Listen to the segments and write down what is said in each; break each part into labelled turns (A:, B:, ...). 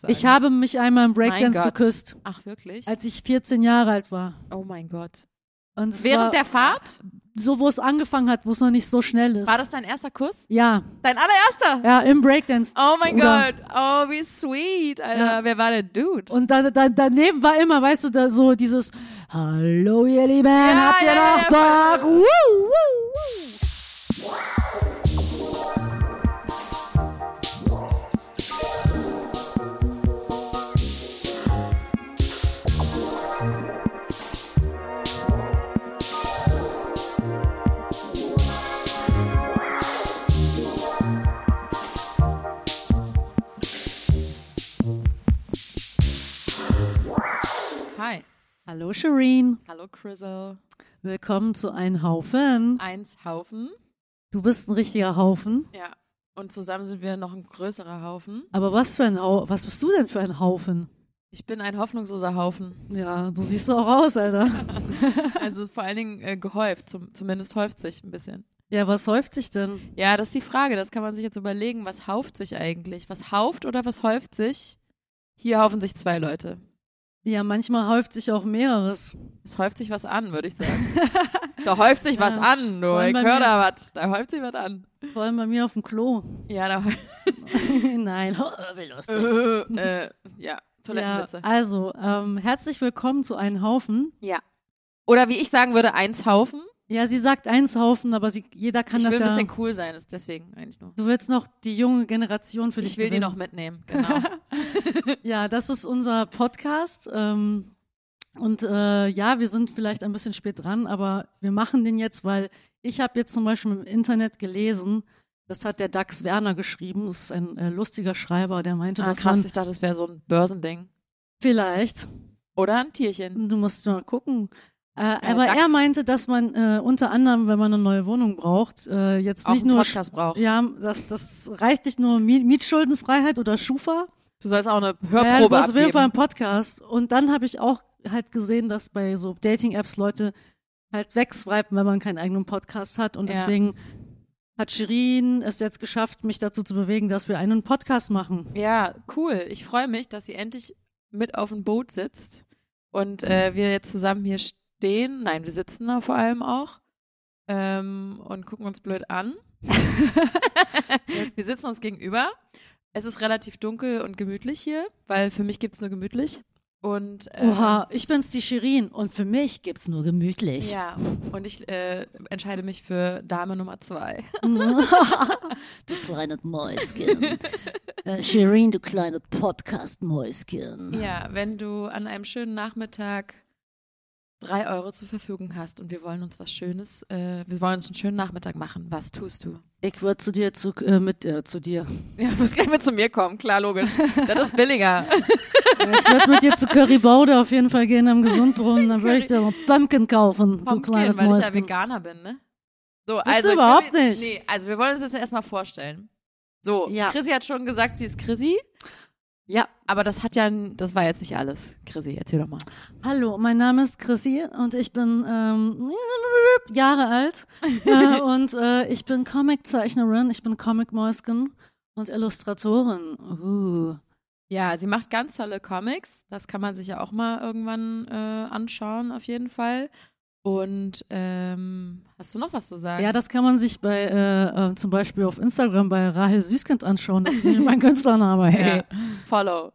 A: sagen.
B: Ich habe mich einmal im Breakdance
A: Mein Gott.
B: geküsst,
A: Ach, wirklich?
B: als ich 14 Jahre alt war.
A: oh mein Gott.
B: Und es
A: Während
B: war
A: der Fahrt?
B: so, wo es angefangen hat, wo es noch nicht so schnell ist.
A: War das dein erster Kuss?
B: Ja,
A: Dein allererster?
B: ja, im Breakdance.
A: Oh mein
B: Bruder.
A: Gott. Oh, wie sweet, Alter.
B: Ja.
A: Wer war der Dude?
B: Und da, da, daneben war immer, weißt du, da so dieses Hallo ihr Lieben, habt ihr
A: ja, ja,
B: noch
A: ja,
B: Bock? Woo, woo, woo.
A: Hi.
B: Hallo Shireen,
A: Hallo, Crizzle.
B: willkommen zu Ein Haufen.
A: Eins Haufen.
B: Du bist ein richtiger Haufen.
A: Ja. Und zusammen sind wir noch ein größerer Haufen.
B: Aber was für ein Hau was bist du denn für ein Haufen?
A: Ich bin ein hoffnungsloser Haufen.
B: Ja, so siehst du auch aus, Alter.
A: Also vor allen Dingen äh, gehäuft. Zum, zumindest häuft sich ein bisschen.
B: Ja, was häuft sich denn?
A: Ja, das ist die Frage. Das kann man sich jetzt überlegen. Was hauft sich eigentlich? Was hauft oder was häuft sich? Hier haufen sich zwei Leute.
B: Ja, manchmal häuft sich auch mehreres.
A: Es häuft sich was an, würde ich sagen. da häuft sich was
B: Ja.
A: an, du.
B: Vor allem
A: Ich
B: bei
A: höre
B: mir.
A: da was. Da häuft sich was an.
B: Vor allem bei mir auf dem Klo.
A: Ja, da häuft.
B: Nein,
A: oh,
B: wie lustig.
A: Äh, äh, ja,
B: Ja,
A: Toilettenwitze.
B: also, ähm, herzlich willkommen zu Ein Haufen.
A: Ja. Oder wie ich sagen würde, eins haufen.
B: Ja, sie sagt eins Haufen, aber sie, jeder kann
A: ich
B: das
A: will
B: ja.
A: ein bisschen cool sein, ist deswegen eigentlich nur.
B: Du willst noch die junge Generation für dich
A: Ich will die
B: gewinnen.
A: noch mitnehmen, genau.
B: Ja, das ist unser Podcast. Ähm, und äh, ja, wir sind vielleicht ein bisschen spät dran, aber wir machen den jetzt, weil ich habe jetzt zum Beispiel im Internet gelesen, das hat der Dax Werner geschrieben, das ist ein äh, lustiger Schreiber, der meinte,
A: ah,
B: dass
A: krass,
B: man
A: ich dachte, das wäre so ein Börsending.
B: vielleicht,
A: Oder ein Tierchen.
B: du musst mal gucken, äh, aber
A: Dax-
B: er meinte, dass man äh, unter anderem, wenn man eine neue Wohnung braucht, äh, jetzt
A: Auch
B: nicht
A: einen
B: nur
A: Podcast braucht.
B: Ja, das, das reicht nicht nur Mi- Mietschuldenfreiheit oder Schufa.
A: Du sollst auch eine
B: Ja, du
A: Hörprobe
B: brauchst auf jeden Fall einen
A: abgeben.
B: Podcast. Und dann habe ich auch halt gesehen, dass bei so Dating-Apps Leute halt wegswipen, wenn man keinen eigenen Podcast hat. Und
A: Ja.
B: deswegen hat Shirin es jetzt geschafft, mich dazu zu bewegen, dass wir einen Podcast machen.
A: Ja, cool. Ich freue mich, dass sie endlich mit auf dem Boot sitzt und äh, wir jetzt zusammen hier stehen. Nein, wir sitzen da vor allem auch ähm, und gucken uns blöd an. wir sitzen uns gegenüber. Es ist relativ dunkel und gemütlich hier, weil für mich gibt es nur gemütlich. Und äh,
B: Oha, ich bin's, die Shirin. Und für mich gibt's nur gemütlich.
A: ja, und ich äh, entscheide mich für Dame Nummer zwei.
B: Du kleines Mäuschen. äh, Shirin, du kleine Podcast-Mäuschen.
A: Ja, wenn du an einem schönen Nachmittag drei Euro zur Verfügung hast und wir wollen uns was Schönes, äh, wir wollen uns einen schönen Nachmittag machen, was tust du?
B: Ich würde zu dir, zu, äh, mit äh, zu dir.
A: Ja, du musst gleich mit zu mir kommen, klar, logisch. Das ist billiger.
B: Ich werde mit dir zu Curry Baude auf jeden Fall gehen am Gesundbrunnen. Dann würde ich dir noch Pumpkin kaufen, du
A: Pumpkin,
B: kleines
A: weil ich ja
B: Mäuschen.
A: Veganer bin, ne? So,
B: du
A: also ich
B: überhaupt
A: will, mir-
B: nicht.
A: Nee, also wir wollen uns jetzt erstmal vorstellen. So,
B: Ja.
A: Chrissy hat schon gesagt, sie ist Chrissy,
B: Ja.
A: aber das hat ja, n- das war jetzt nicht alles. Chrissy, erzähl doch mal.
B: Hallo, mein Name ist Chrissy und ich bin ähm, Jahre alt. Äh, und äh, ich bin Comiczeichnerin, ich bin Comic-Mäuschen und Illustratorin. Uh.
A: Ja, sie macht ganz tolle Comics. Das kann man sich ja auch mal irgendwann äh, anschauen, auf jeden Fall. Und ähm, hast du noch was zu sagen?
B: Ja, das kann man sich bei äh, äh, zum Beispiel auf Instagram bei Rahel Süßkind anschauen. Das ist nämlich mein Künstlername. Hey.
A: Ja. Follow.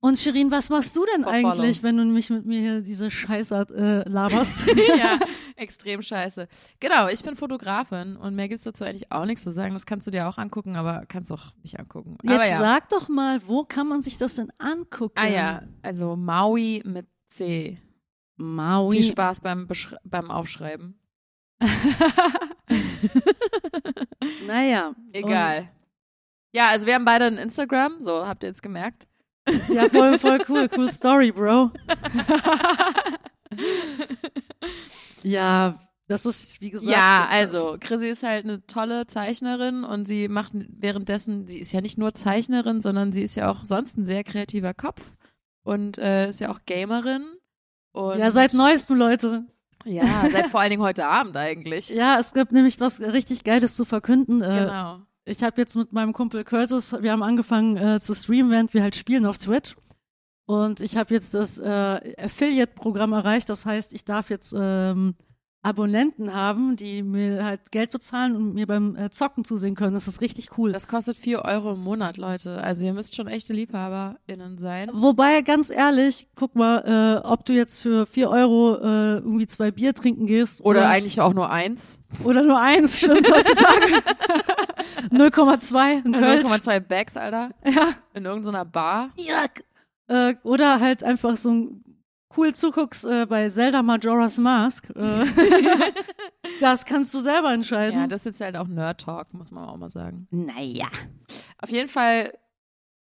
B: Und Shirin, was machst du denn
A: Verfolgung.
B: eigentlich, wenn du mich mit mir hier diese Scheißart äh, laberst?
A: ja, extrem scheiße. Genau, ich bin Fotografin und mehr gibt's dazu eigentlich auch nichts zu sagen. Das kannst du dir auch angucken, aber kannst auch nicht angucken.
B: Jetzt
A: aber ja.
B: sag doch mal, wo kann man sich das denn angucken?
A: ah ja, also Maui mit C. Viel
B: Maui.
A: Spaß beim, Beschre- beim Aufschreiben.
B: Naja.
A: Egal. Ja, also wir haben beide ein Instagram, so habt ihr jetzt gemerkt.
B: Und, ja, voll, voll cool. Cool Story, Bro. Ja, das ist, wie gesagt. ähm,
A: Ja, also Chrissy ist halt eine tolle Zeichnerin und sie macht währenddessen, sie ist ja nicht nur Zeichnerin, sondern sie ist ja auch sonst ein sehr kreativer Kopf und äh, ist ja auch Gamerin. Und
B: Ja, seit neuestem, Leute.
A: Ja, seit vor allen Dingen heute Abend eigentlich.
B: Ja, es gibt nämlich was richtig Geiles zu verkünden. Äh,
A: Genau.
B: Ich habe jetzt mit meinem Kumpel Curtis, wir haben angefangen äh, zu streamen, während wir halt spielen auf Twitch. Und ich habe jetzt das äh, Affiliate-Programm erreicht. Das heißt, ich darf jetzt ähm, Abonnenten haben, die mir halt Geld bezahlen und mir beim äh, Zocken zusehen können. Das ist richtig cool.
A: Das kostet 4 Euro im Monat, Leute. Also ihr müsst schon echte LiebhaberInnen sein.
B: Wobei, ganz ehrlich, guck mal, äh, ob du jetzt für 4 Euro äh, irgendwie zwei Bier trinken gehst.
A: Oder eigentlich auch nur eins.
B: Oder nur eins, stimmt heutzutage. 0,2 ein Kölsch.
A: 0,2 Bags, Alter.
B: Ja.
A: In irgendeiner Bar.
B: Yuck. Äh, oder halt einfach so ein cool zuguckst äh, bei Zelda Majora's Mask. Äh, das kannst du selber entscheiden.
A: Ja, das ist jetzt halt auch Nerd Talk, muss man auch mal sagen.
B: naja.
A: Auf jeden Fall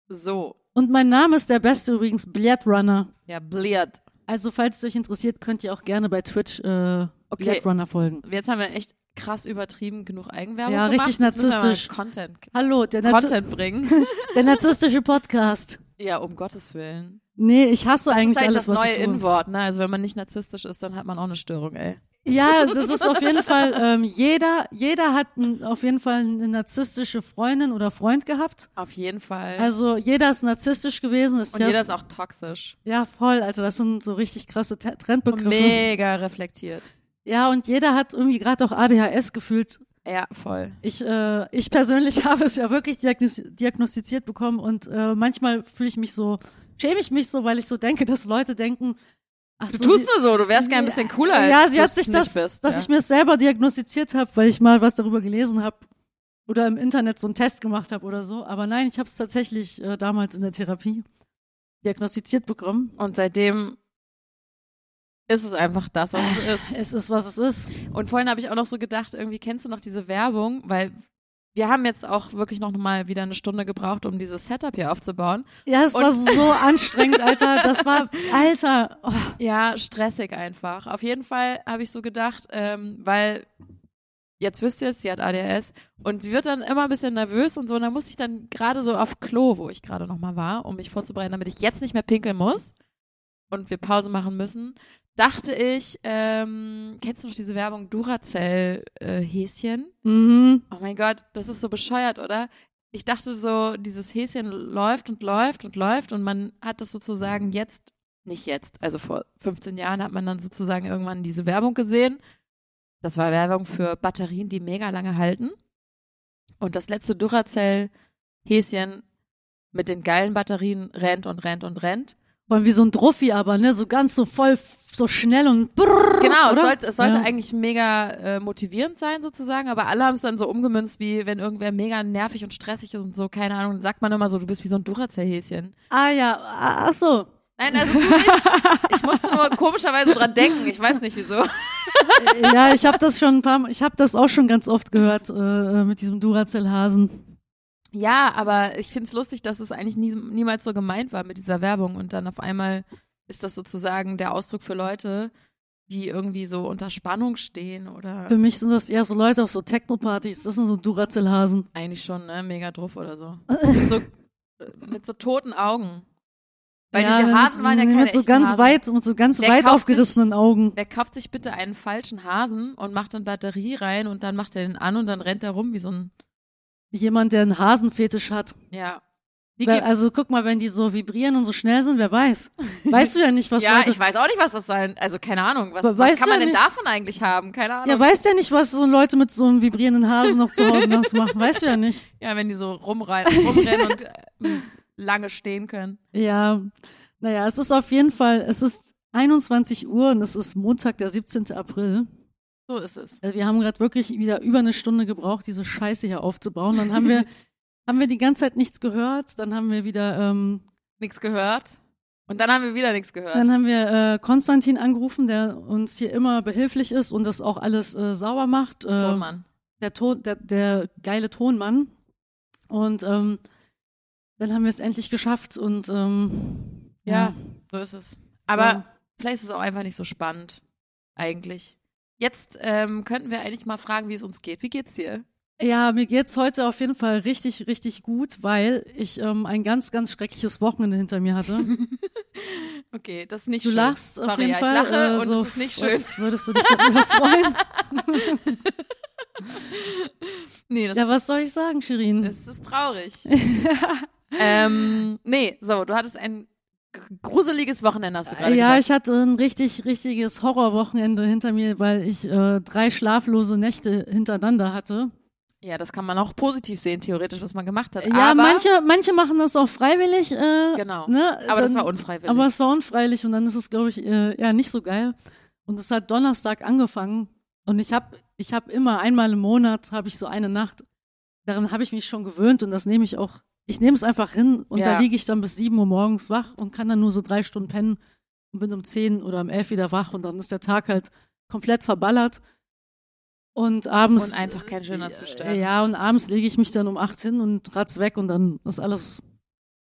A: so.
B: Und mein Name ist der beste übrigens, Blade Runner.
A: Ja, bliert.
B: Also, falls es euch interessiert, könnt ihr auch gerne bei Twitch äh,
A: Okay.
B: Blade Runner folgen.
A: Jetzt haben wir echt krass übertrieben genug Eigenwerbung
B: Ja,
A: gemacht.
B: richtig
A: Jetzt müssen wir mal
B: narzisstisch.
A: Content,
B: Hallo, der, Narzi
A: Content bringen.
B: der narzisstische Podcast.
A: ja, um Gottes Willen.
B: Nee, ich hasse
A: Das
B: eigentlich
A: ist halt
B: alles,
A: das
B: was
A: neue
B: ich tue.
A: Inwort, ne? Also wenn man nicht narzisstisch ist, dann hat man auch eine Störung, ey.
B: Ja, das ist auf jeden Fall, ähm, jeder, jeder hat n, auf jeden Fall eine narzisstische Freundin oder Freund gehabt.
A: Auf jeden Fall.
B: Also jeder ist narzisstisch gewesen. Ist
A: Und
B: ja-
A: jeder ist auch toxisch.
B: Ja, voll. Also das sind so richtig krasse Te-
A: Und
B: Trendbegriffe.
A: mega reflektiert.
B: Ja, und jeder hat irgendwie gerade auch ADHS gefühlt.
A: Ja, voll.
B: Ich, äh, ich persönlich habe es ja wirklich diagnos diagnostiziert bekommen und äh, manchmal fühle ich mich so, schäme ich mich so, weil ich so denke, dass Leute denken, ach
A: Du
B: so,
A: tust
B: sie-
A: nur so, du wärst gern ein bisschen cooler als
B: ja, sie
A: du
B: hat
A: es
B: sich
A: nicht
B: das,
A: bist.
B: dass
A: ja.
B: ich mir es selber diagnostiziert habe, weil ich mal was darüber gelesen habe oder im Internet so einen Test gemacht habe oder so. Aber nein, ich habe es tatsächlich äh, damals in der Therapie diagnostiziert bekommen.
A: Und seitdem ist es einfach das, was es ist.
B: Es ist, was es ist.
A: Und vorhin habe ich auch noch so gedacht, irgendwie kennst du noch diese Werbung, weil wir haben jetzt auch wirklich noch mal wieder eine Stunde gebraucht, um dieses Setup hier aufzubauen.
B: Ja, es
A: Und-
B: war so anstrengend, Alter. Das war, Alter. Oh,
A: Ja, stressig einfach. Auf jeden Fall habe ich so gedacht, ähm, weil jetzt wisst ihr es, sie hat ADHS und sie wird dann immer ein bisschen nervös und so. Und dann musste ich dann gerade so auf Klo, wo ich gerade nochmal war, um mich vorzubereiten, damit ich jetzt nicht mehr pinkeln muss und wir Pause machen müssen, dachte ich, ähm, kennst du noch diese Werbung äh, Duracell-Häschen?
B: mhm.
A: Oh mein Gott, das ist so bescheuert, oder? Ich dachte so, dieses Häschen läuft und läuft und läuft und man hat das sozusagen jetzt, nicht jetzt, also vor 15 Jahren hat man dann sozusagen irgendwann diese Werbung gesehen. Das war Werbung für Batterien, die mega lange halten. Und das letzte Duracell-Häschen mit den geilen Batterien rennt und rennt und rennt.
B: War wie so ein Druffi, aber, ne? So ganz so voll, f- so schnell und brrrr,
A: Genau, es
B: oder?
A: sollte, es sollte
B: ja.
A: eigentlich mega äh, motivierend sein sozusagen, aber alle haben es dann so umgemünzt, wie wenn irgendwer mega nervig und stressig ist und so, keine Ahnung, sagt man immer so, du bist wie so ein Duracell-Häschen.
B: Ah, ja. ah, Ach so.
A: Nein, also du nicht. Ich musste nur komischerweise dran denken, ich weiß nicht wieso.
B: Äh, Ja, ich habe das schon ein paar Mal, ich habe das auch schon ganz oft gehört äh, mit diesem Duracell-Hasen.
A: Ja, aber ich finde es lustig, dass es eigentlich nie, niemals so gemeint war mit dieser Werbung und dann auf einmal ist das sozusagen der Ausdruck für Leute, die irgendwie so unter Spannung stehen oder
B: Für mich sind das eher so Leute auf so Techno-Partys. Das sind so Duracell-Hasen.
A: Eigentlich schon, ne? Mega drauf oder so. Mit so, mit so toten Augen. Weil
B: ja,
A: diese
B: mit
A: Hasen
B: so-
A: waren ja keine
B: Mit halt so
A: echten
B: ganz
A: Hasen.
B: weit, mit so ganz
A: Der
B: weit
A: kauft
B: aufgerissenen Augen.
A: Wer kauft sich bitte einen falschen Hasen und macht dann Batterie rein und dann macht er den an und dann rennt er rum wie so ein,
B: Jemand, der einen Hasenfetisch hat.
A: ja. Die
B: Weil,
A: gibt's.
B: also guck mal, wenn die so vibrieren und so schnell sind, wer weiß. Weißt du ja nicht, was
A: ja,
B: Leute
A: ich weiß auch nicht, was das sein, also keine Ahnung, was,
B: Aber
A: was
B: weißt
A: kann
B: du
A: man
B: ja
A: denn
B: nicht-
A: davon eigentlich haben? Keine
B: Ja,
A: Ahnung.
B: weißt du ja nicht, was so Leute mit so einem vibrierenden Hasen noch zu Hause nachts machen. Weißt du ja nicht.
A: Ja, wenn die so rumrein, rumrennen und äh, m, lange stehen können.
B: Ja, naja, es ist auf jeden Fall, es ist 21 Uhr und es ist Montag, der 17. April.
A: So ist es.
B: Äh, Wir haben gerade wirklich wieder über eine Stunde gebraucht, diese Scheiße hier aufzubauen. Dann haben wir, haben wir die ganze Zeit nichts gehört. Dann haben wir wieder, ähm,
A: Nichts gehört. Und dann haben wir wieder nichts gehört.
B: dann haben wir äh, Konstantin angerufen, der uns hier immer behilflich ist und das auch alles äh, sauber macht.
A: oh
B: Äh,
A: Mann.
B: der, Ton, der, der geile Tonmann. Und ähm, dann haben wir es endlich geschafft und ähm,
A: Ja, so ist es. Aber Vielleicht ist es auch einfach nicht so spannend, eigentlich. Jetzt ähm, könnten wir eigentlich mal fragen, wie es uns geht. Wie geht's dir?
B: so. ja, mir geht's heute auf jeden Fall richtig, richtig gut, weil ich ähm, ein ganz, ganz schreckliches Wochenende hinter mir hatte.
A: Okay, das ist nicht
B: Du
A: schön.
B: lachst
A: Sorry,
B: auf jeden
A: ja,
B: Fall.
A: ich lache
B: äh,
A: und
B: so,
A: es ist nicht schön.
B: was Würdest du dich darüber freuen?
A: Nee, das
B: Ja, was soll ich sagen, Shirin?
A: Es ist traurig. ähm, nee, so, du hattest ein g- gruseliges Wochenende, hast du gerade
B: ja,
A: gesagt.
B: ich hatte ein richtig, richtiges Horrorwochenende hinter mir, weil ich äh, drei schlaflose Nächte hintereinander hatte.
A: Ja, das kann man auch positiv sehen, theoretisch, was man gemacht hat.
B: Ja,
A: aber,
B: manche, manche machen das auch freiwillig. Äh,
A: Genau.
B: Ne?
A: Aber das
B: Dann-
A: war unfreiwillig.
B: Aber es war unfreiwillig und dann ist es, glaube ich, äh, ja nicht so geil. Und es hat Donnerstag angefangen und ich habe ich hab immer einmal im Monat habe ich so eine Nacht. Daran habe ich mich schon gewöhnt und das nehme ich auch. Ich nehme es einfach hin und
A: Ja.
B: da liege ich dann bis 7 Uhr morgens wach und kann dann nur so drei Stunden pennen und bin um 10 oder um 11 wieder wach und dann ist der Tag halt komplett verballert. Und abends.
A: Und einfach kein schöner Zustand.
B: äh, Ja, und abends lege ich mich dann um 8 hin und ratz weg und dann ist alles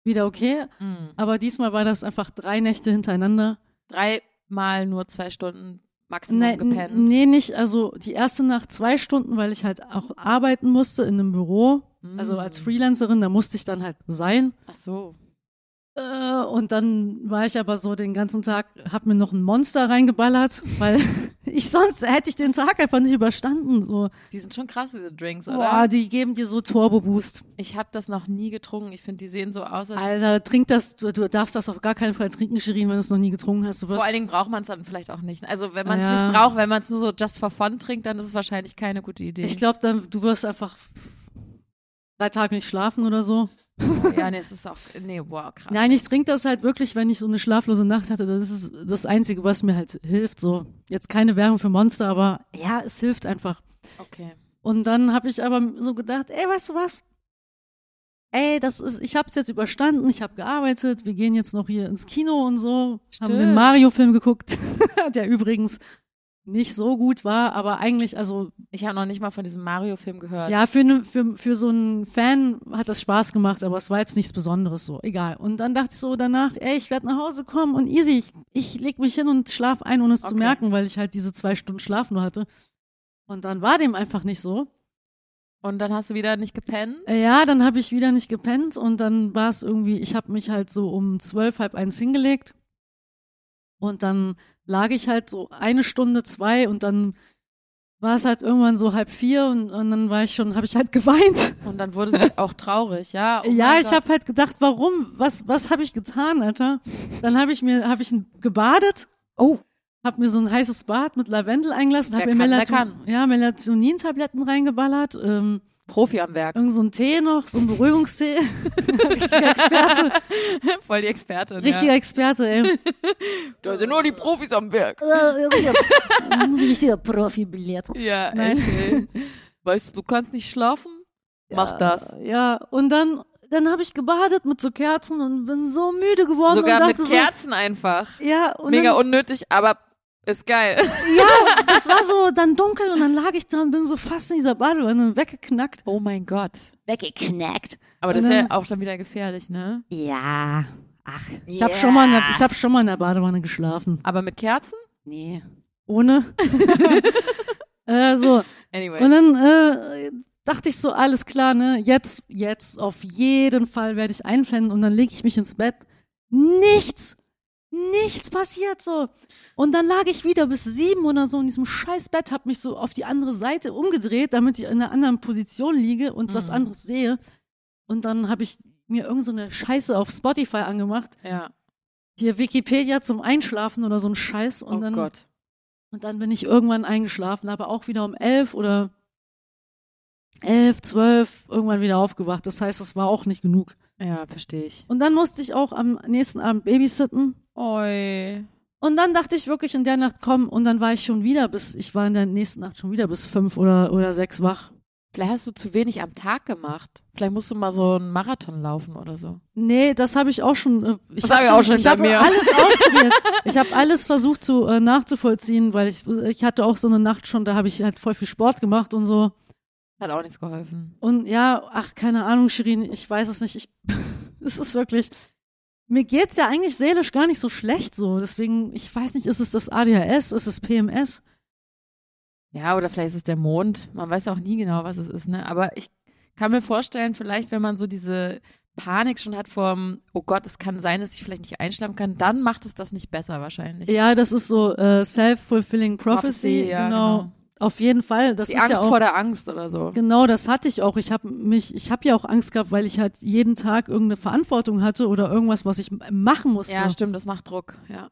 B: wieder okay.
A: Mhm.
B: Aber diesmal war das einfach drei Nächte hintereinander.
A: Dreimal nur zwei Stunden Maximum
B: Nein,
A: gepennt.
B: Ne, nee, nicht. Also die erste Nacht zwei Stunden, weil ich halt auch arbeiten musste in einem Büro. Also
A: Mm.
B: als Freelancerin, da musste ich dann halt sein.
A: Ach so.
B: Äh, Und dann war ich aber so den ganzen Tag, hab mir noch ein Monster reingeballert, weil ich sonst hätte ich den Tag einfach nicht überstanden. So,
A: Die sind schon krass, diese Drinks, oder?
B: Boah, die geben dir so Turbo-Boost.
A: Ich habe das noch nie getrunken. Ich finde, die sehen so aus, als
B: Alter, trink das, du, du darfst das auf gar keinen Fall trinken, Shirin, wenn du es noch nie getrunken hast. Du wirst,
A: Vor allen Dingen braucht man es dann vielleicht auch nicht. Also wenn man es
B: Ja.
A: nicht braucht, wenn man es nur so just for fun trinkt, dann ist es wahrscheinlich keine gute Idee.
B: ich glaube, dann du wirst einfach drei Tage nicht schlafen oder so.
A: ja, nee, es ist auch, nee, wow, krass.
B: Nein, ich trinke das halt wirklich, wenn ich so eine schlaflose Nacht hatte. Das ist das Einzige, was mir halt hilft. So, jetzt keine Werbung für Monster, aber ja, es hilft einfach.
A: Okay.
B: Und dann habe ich aber so gedacht, ey, weißt du was? Ey, das ist, ich hab's jetzt überstanden, ich habe gearbeitet, wir gehen jetzt noch hier ins Kino und so, haben
A: Stimmt.
B: den Mario-Film geguckt, der übrigens nicht so gut war, aber eigentlich, also
A: Ich habe noch nicht mal von diesem Mario-Film gehört.
B: ja, für, ne, für, für so einen Fan hat das Spaß gemacht, aber es war jetzt nichts Besonderes so. Egal. Und dann dachte ich so danach, ey, ich werde nach Hause kommen und easy, ich, ich leg mich hin und schlaf ein, ohne es zu
A: Okay.
B: merken, weil ich halt diese zwei Stunden Schlaf nur hatte. Und dann war dem einfach nicht so.
A: Und dann hast du wieder nicht gepennt?
B: Äh, Ja, dann habe ich wieder nicht gepennt und dann war es irgendwie, ich habe mich halt so um zwölf, halb eins hingelegt und dann lag ich halt so eine Stunde, zwei und dann war es halt irgendwann so halb vier und, und dann war ich schon, habe ich halt geweint.
A: Und dann wurde sie auch traurig, ja? Oh
B: ja,
A: mein
B: ich
A: Gott.
B: habe halt gedacht, warum? Was, was habe ich getan, Alter? Dann habe ich mir, habe ich gebadet.
A: Oh.
B: Hab mir so ein heißes Bad mit Lavendel eingelassen, habe
A: Wer
B: mir
A: kann, der
B: Melaton ja, Melatonin-Tabletten reingeballert, ähm,
A: Profi am Werk.
B: irgend so ein Tee noch, so ein Beruhigungstee. Richtiger Experte,
A: Voll die Expertin.
B: richtiger Experte, ey.
A: Ja. Da sind nur die Profis am Werk.
C: Äh,
B: richtiger Profi-Billett.
A: Ja,
B: Nein.
A: echt. ey. Weißt du, du kannst nicht schlafen? Mach das.
B: Ja, und dann, dann habe ich gebadet mit so Kerzen und bin so müde geworden
A: Sogar
B: und
A: mit
B: dachte
A: Kerzen einfach.
B: so, ja, und
A: Mega
B: dann,
A: unnötig, aber ist geil.
B: Ja, das war so dann dunkel und dann lag ich da und bin so fast in dieser Badewanne weggeknackt.
A: Oh mein Gott.
C: weggeknackt.
A: Aber das ist
B: Und
A: ja
B: dann-
A: auch schon wieder gefährlich, ne?
C: Ja. Ach,
B: Ich hab schon mal in der, ich hab schon mal in der Badewanne geschlafen.
A: Aber mit Kerzen?
C: Nee.
B: Ohne. äh, so.
A: Anyway.
B: Und dann äh, dachte ich so, alles klar, ne? Jetzt, jetzt, auf jeden Fall werde ich einflennen und dann lege ich mich ins Bett. Nichts! Nichts passiert so. Und dann lag ich wieder bis sieben oder so in diesem scheiß Bett, hab mich so auf die andere Seite umgedreht, damit ich in einer anderen Position liege und was
A: Mhm.
B: anderes sehe. Und dann habe ich mir irgend so eine Scheiße auf Spotify angemacht.
A: ja.
B: Hier Wikipedia zum Einschlafen oder so ein Scheiß. Und
A: Oh
B: dann
A: Gott.
B: und dann bin ich irgendwann eingeschlafen, aber auch wieder um elf oder elf, zwölf irgendwann wieder aufgewacht. Das heißt, das war auch nicht genug.
A: Ja, verstehe ich.
B: Und dann musste ich auch am nächsten Abend babysitten.
A: Oi.
B: Und dann dachte ich wirklich in der Nacht, komm, und dann war ich schon wieder bis, ich war in der nächsten Nacht schon wieder bis fünf oder, oder sechs wach.
A: Vielleicht hast du zu wenig am Tag gemacht. Vielleicht musst du mal so einen Marathon laufen oder so.
B: Nee, das habe ich auch schon. äh, Ich
A: Das hab ich auch schon
B: Ich habe
A: hinter mir.
B: alles ausprobiert. Ich habe alles versucht zu äh, nachzuvollziehen, weil ich ich hatte auch so eine Nacht schon, da habe ich halt voll viel Sport gemacht und so.
A: Hat auch nichts geholfen.
B: Und ja, ach, keine Ahnung, Shirin, ich weiß es nicht. Ich, es ist wirklich. Mir geht's ja eigentlich seelisch gar nicht so schlecht so. Deswegen, ich weiß nicht, ist es das ADHS, ist es PMS?
A: Ja, oder vielleicht ist es der Mond. Man weiß ja auch nie genau, was es ist, ne? Aber ich kann mir vorstellen, vielleicht, wenn man so diese Panik schon hat vom, oh Gott, es kann sein, dass ich vielleicht nicht einschlafen kann, dann macht es das nicht besser wahrscheinlich.
B: Ja, das ist so äh, Self-Fulfilling Prophecy,
A: Prophecy, ja,
B: genau.
A: genau.
B: Auf jeden Fall. Das
A: Die
B: ist
A: Angst
B: ja auch,
A: vor der Angst oder so.
B: Genau, das hatte ich auch. Ich habe mich, ich habe ja auch Angst gehabt, weil ich halt jeden Tag irgendeine Verantwortung hatte oder irgendwas, was ich m- machen musste.
A: Ja, stimmt, das macht Druck. Ja.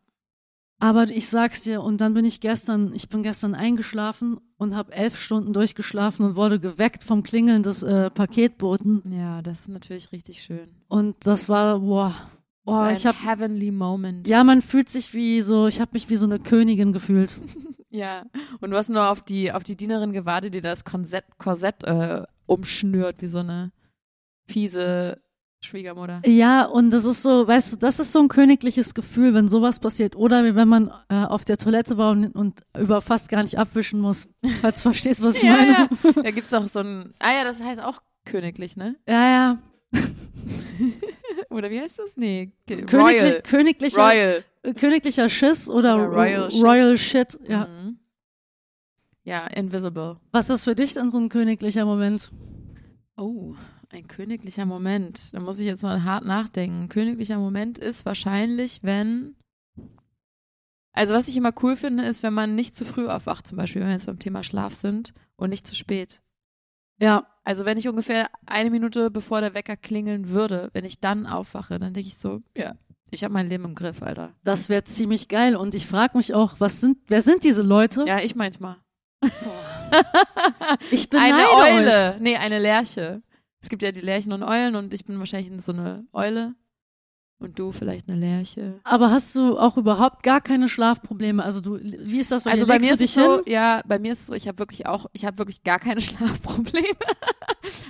B: Aber ich sag's dir, und dann bin ich gestern, ich bin gestern eingeschlafen und habe elf Stunden durchgeschlafen und wurde geweckt vom Klingeln des äh, Paketboten.
A: ja, das ist natürlich richtig schön.
B: Und das war, boah, boah,
A: das
B: ich
A: ist ein
B: habe,
A: heavenly moment.
B: ja, man fühlt sich wie so, ich habe mich wie so eine Königin gefühlt.
A: Ja, und du hast nur auf die, auf die Dienerin gewartet, die das Korsett, Korsett äh, umschnürt, wie so eine fiese Schwiegermutter.
B: Ja, und das ist so, weißt du, das ist so ein königliches Gefühl, wenn sowas passiert. Oder wie wenn man äh, auf der Toilette war und, und über fast gar nicht abwischen muss. Falls du verstehst, was ich
A: Ja,
B: meine.
A: ja. Da gibt's doch so ein, ah ja, das heißt auch königlich, ne?
B: Ja, ja.
A: Oder wie heißt das? Nee, ge-
B: Königli
A: Royal.
B: königlicher,
A: Royal.
B: äh, königlicher Schiss oder
A: Ja, Royal
B: Royal,
A: Shit.
B: Royal Shit. Ja.
A: Mhm. Ja, invisible.
B: Was ist für dich denn so ein königlicher Moment?
A: Oh, ein königlicher Moment. Da muss ich jetzt mal hart nachdenken. Ein königlicher Moment ist wahrscheinlich, wenn. Also, was ich immer cool finde, ist, wenn man nicht zu früh aufwacht, zum Beispiel, wenn wir jetzt beim Thema Schlaf sind und nicht zu spät.
B: Ja,
A: Also, wenn ich ungefähr eine Minute bevor der Wecker klingeln würde, wenn ich dann aufwache, dann denke ich so, ja, ich habe mein Leben im Griff, Alter.
B: das wäre ziemlich geil. Und ich frage mich auch, was sind, wer sind diese Leute?
A: Ja, ich manchmal.
B: Ich beneide
A: Eine
B: euch.
A: Eule. Nee, eine Lerche. Es gibt ja die Lerchen und Eulen und ich bin wahrscheinlich so eine Eule. Und du vielleicht eine Lerche.
B: Aber hast du auch überhaupt gar keine Schlafprobleme? Also du, wie ist das bei
A: also
B: dir?
A: bei
B: Legst
A: mir
B: du
A: ist
B: dich
A: es so,
B: hin?
A: ja, bei mir ist es so, ich habe wirklich auch, ich habe wirklich gar keine Schlafprobleme.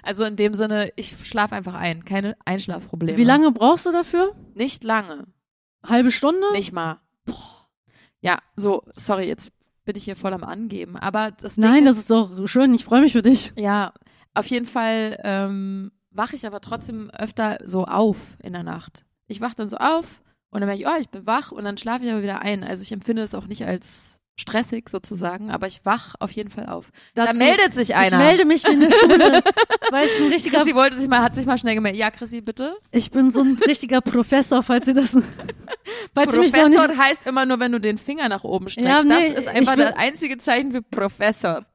A: also in dem Sinne, ich schlafe einfach ein, keine Einschlafprobleme.
B: Wie lange brauchst du dafür?
A: Nicht lange,
B: Halbe Stunde?
A: nicht mal. Boah. Ja, so, sorry, jetzt bin ich hier voll am Angeben, aber das
B: Nein,
A: Ding
B: das ist doch schön. Ich freue mich für dich.
A: ja, auf jeden Fall ähm, wache ich aber trotzdem öfter so auf in der Nacht. Ich wache dann so auf und dann merke ich, oh, ich bin wach und dann schlafe ich aber wieder ein. Also ich empfinde es auch nicht als stressig sozusagen, aber ich wach auf jeden Fall auf. da
B: Dazu-
A: meldet sich einer.
B: Ich melde mich wie in der Schule, weil ich ein richtiger,
A: Chrissy wollte sich mal, hat sich mal schnell gemeldet. Ja, Chrissy, bitte.
B: ich bin so ein richtiger Professor, falls ihr das, falls ihr mich noch
A: Professor
B: nicht,
A: heißt immer nur, wenn du den Finger nach oben streckst.
B: Ja, nee,
A: das ist einfach
B: ich will-
A: das einzige Zeichen für Professor.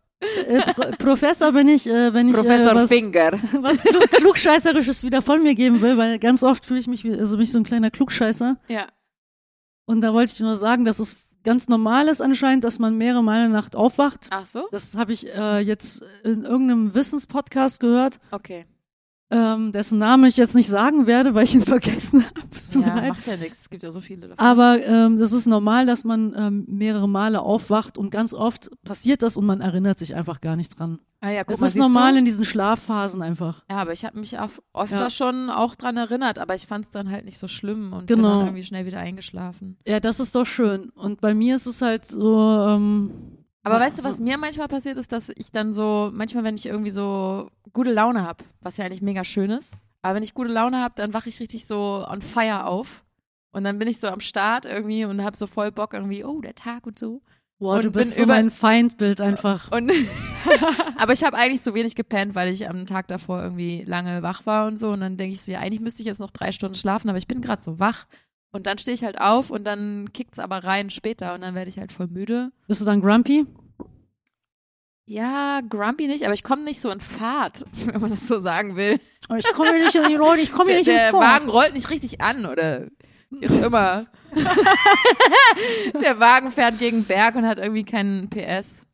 B: äh, Pro Professor bin ich, äh, wenn ich
A: Professor
B: äh, was,
A: Finger.
B: was klug, klugscheißerisches wieder von mir geben will, weil ganz oft fühle ich mich wie, also mich so ein kleiner Klugscheißer.
A: Ja.
B: Und da wollte ich nur sagen, dass es ganz normal ist anscheinend, dass man mehrere Mal in der Nacht aufwacht.
A: Ach so?
B: Das habe ich äh, jetzt in irgendeinem Wissenspodcast gehört,
A: Okay.
B: ähm, dessen Name ich jetzt nicht sagen werde, weil ich ihn vergessen habe. Es tut mir
A: Ja,
B: leid.
A: macht ja nichts. Es gibt ja so viele davon.
B: Aber ähm, das ist normal, dass man ähm, mehrere Male aufwacht und ganz oft passiert das und man erinnert sich einfach gar nicht dran.
A: Ah ja, guck
B: Es
A: mal,
B: ist
A: siehst
B: normal
A: Du?
B: in diesen Schlafphasen einfach.
A: Ja, aber ich habe mich auch öfter
B: Ja.
A: schon auch dran erinnert, aber ich fand es dann halt nicht so schlimm und bin
B: Genau.
A: dann irgendwie schnell wieder eingeschlafen.
B: Ja, das ist doch schön. Und bei mir ist es halt so. Ähm,
A: Aber weißt du, was mir manchmal passiert ist, dass ich dann so, manchmal, wenn ich irgendwie so gute Laune habe, was ja eigentlich mega schön ist, aber wenn ich gute Laune habe, dann wache ich richtig so on fire auf. Und dann bin ich so am Start irgendwie und habe so voll Bock irgendwie, oh, der Tag und so.
B: Boah,
A: und
B: du bist
A: bin
B: so
A: über-
B: mein Feindbild einfach.
A: Und aber ich habe eigentlich so wenig gepennt, weil ich am Tag davor irgendwie lange wach war und so. Und dann denke ich so, ja, eigentlich müsste ich jetzt noch drei Stunden schlafen, aber ich bin gerade so wach. Und dann stehe ich halt auf und dann kickt's aber rein später und dann werde ich halt voll müde.
B: Bist du dann grumpy?
A: Ja, grumpy nicht, aber ich komme nicht so in Fahrt, wenn man das so sagen will.
B: Oh, Ich komme hier nicht in die Rolle, ich komme hier
A: Der,
B: nicht in
A: der
B: die Form.
A: Wagen rollt nicht richtig an oder wie auch immer. der Wagen fährt gegen Berg und hat irgendwie keinen PS.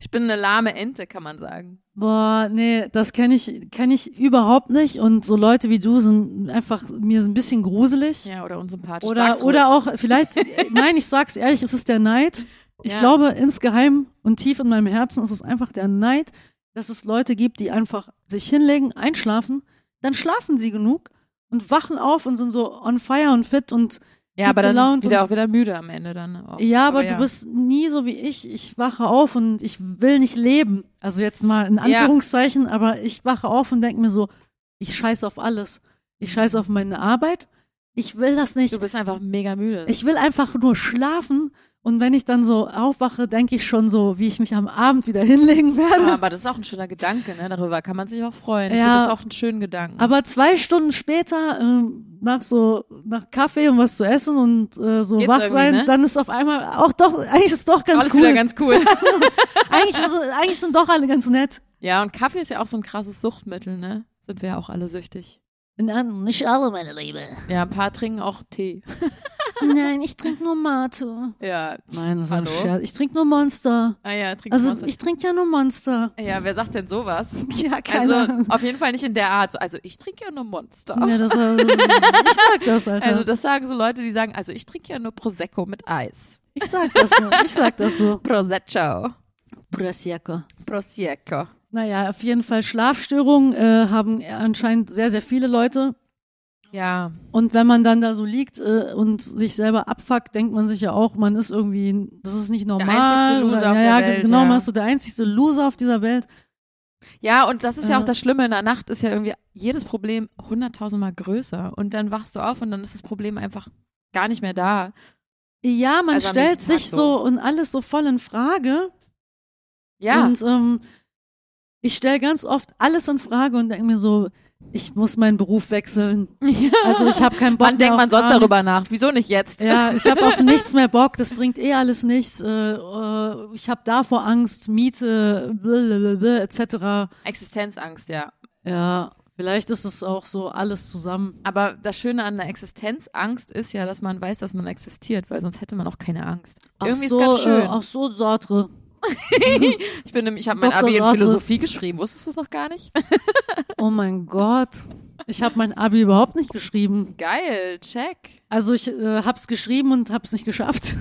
A: Ich bin eine lahme Ente, kann man sagen.
B: Boah, nee, das kenne ich, kenne ich überhaupt nicht. Und so Leute wie du sind einfach mir ein bisschen gruselig.
A: Ja, oder unsympathisch.
B: Oder,
A: Sag's
B: oder
A: ruhig.
B: auch, vielleicht, nein, ich sag's ehrlich, es ist der Neid. Ich
A: Ja.
B: glaube, insgeheim und tief in meinem Herzen ist es einfach der Neid, dass es Leute gibt, die einfach sich hinlegen, einschlafen, dann schlafen sie genug und wachen auf und sind so on fire und fit und
A: Ja, aber dann
B: gelaunt
A: wieder
B: und-
A: auch wieder müde am Ende dann. Auch.
B: ja, aber, du bist nie so wie ich. Ich wache auf und ich will nicht leben. Also jetzt mal in
A: Ja.
B: Anführungszeichen, aber ich wache auf und denke mir so, ich scheiß auf alles. Ich scheiß auf meine Arbeit, Ich will das nicht.
A: Du bist einfach mega müde.
B: Ich will einfach nur schlafen. Und wenn ich dann so aufwache, denke ich schon so, wie ich mich am Abend wieder hinlegen werde.
A: aber das ist auch ein schöner Gedanke, ne? Darüber kann man sich auch freuen. Ich
B: Ja.
A: finde das auch einen schönen Gedanken.
B: Aber zwei Stunden später, ähm, nach so, nach Kaffee und was zu essen und äh, so
A: Geht's
B: wach
A: irgendwie,
B: sein,
A: ne?
B: dann ist auf einmal auch doch, eigentlich ist doch ganz
A: Alles
B: cool.
A: wieder ganz cool.
B: eigentlich, ist, eigentlich sind doch alle ganz nett.
A: ja, und Kaffee ist ja auch so ein krasses Suchtmittel, ne? Sind wir ja auch alle süchtig.
B: Nein,
C: Nicht alle, meine Liebe.
A: Ja, ein paar trinken auch Tee.
B: nein, ich trinke nur Mate.
A: Ja.
B: Nein, das war ein
A: Hallo?
B: Scherz. Ich trinke nur Monster.
A: Ah ja, trinkst
B: Also
A: du Monster.
B: ich trinke ja nur Monster.
A: Ja, wer sagt denn sowas?
B: Ja, keine
A: Also
B: Ahnung.
A: auf jeden Fall nicht in der Art. So, Also ich trinke ja nur Monster.
B: Ja, das, äh, ich sag das, Alter.
A: Also das sagen so Leute, die sagen, also ich trinke ja nur Prosecco mit Eis.
B: ich sag das so. Ich sag das so.
A: Prosecco.
B: Prosecco.
A: Prosecco.
B: Naja, auf jeden Fall Schlafstörungen äh, haben anscheinend sehr, sehr viele Leute.
A: Ja,
B: Und wenn man dann da so liegt äh, und sich selber abfuckt, denkt man sich ja auch, man ist irgendwie, das ist nicht normal.
A: einzigste Loser
B: oder,
A: auf
B: ja, ja,
A: der Welt,
B: genau,
A: ja.
B: man ist so der einzigste Loser auf dieser Welt.
A: Ja, und das ist ja
B: Ja.
A: auch das Schlimme in der Nacht, ist ja irgendwie jedes Problem hunderttausendmal größer. Und dann wachst du auf und dann ist das Problem einfach gar nicht mehr da.
B: Ja, man
A: Also am
B: stellt
A: nächsten Tag
B: sich
A: so.
B: so und alles so voll in Frage.
A: Ja,
B: Und ähm, ich stelle ganz oft alles in Frage und denke mir so, ich muss meinen Beruf wechseln. Also ich habe keinen Bock
A: wann
B: mehr
A: denkt
B: auf
A: man sonst
B: gar
A: darüber nach? Wieso nicht jetzt?
B: Ja, ich habe auf nichts mehr Bock, das bringt eh alles nichts. Äh, äh, ich habe davor Angst, Miete, blablabla, etc.
A: Existenzangst, ja.
B: Ja, vielleicht ist es auch so alles zusammen.
A: Aber das Schöne an der Existenzangst ist ja, dass man weiß, dass man existiert, weil sonst hätte man auch keine Angst.
B: Auch
A: Irgendwie
B: so,
A: ist ganz schön.
B: Äh, auch so Sartre.
A: ich bin nämlich, ich habe mein
B: Dr.
A: Abi in
B: Sartre.
A: Philosophie geschrieben. Wusstest du es noch gar nicht?
B: Oh mein Gott. Ich habe mein Abi überhaupt nicht geschrieben.
A: Geil, check.
B: Also ich äh, hab's geschrieben und hab's nicht geschafft.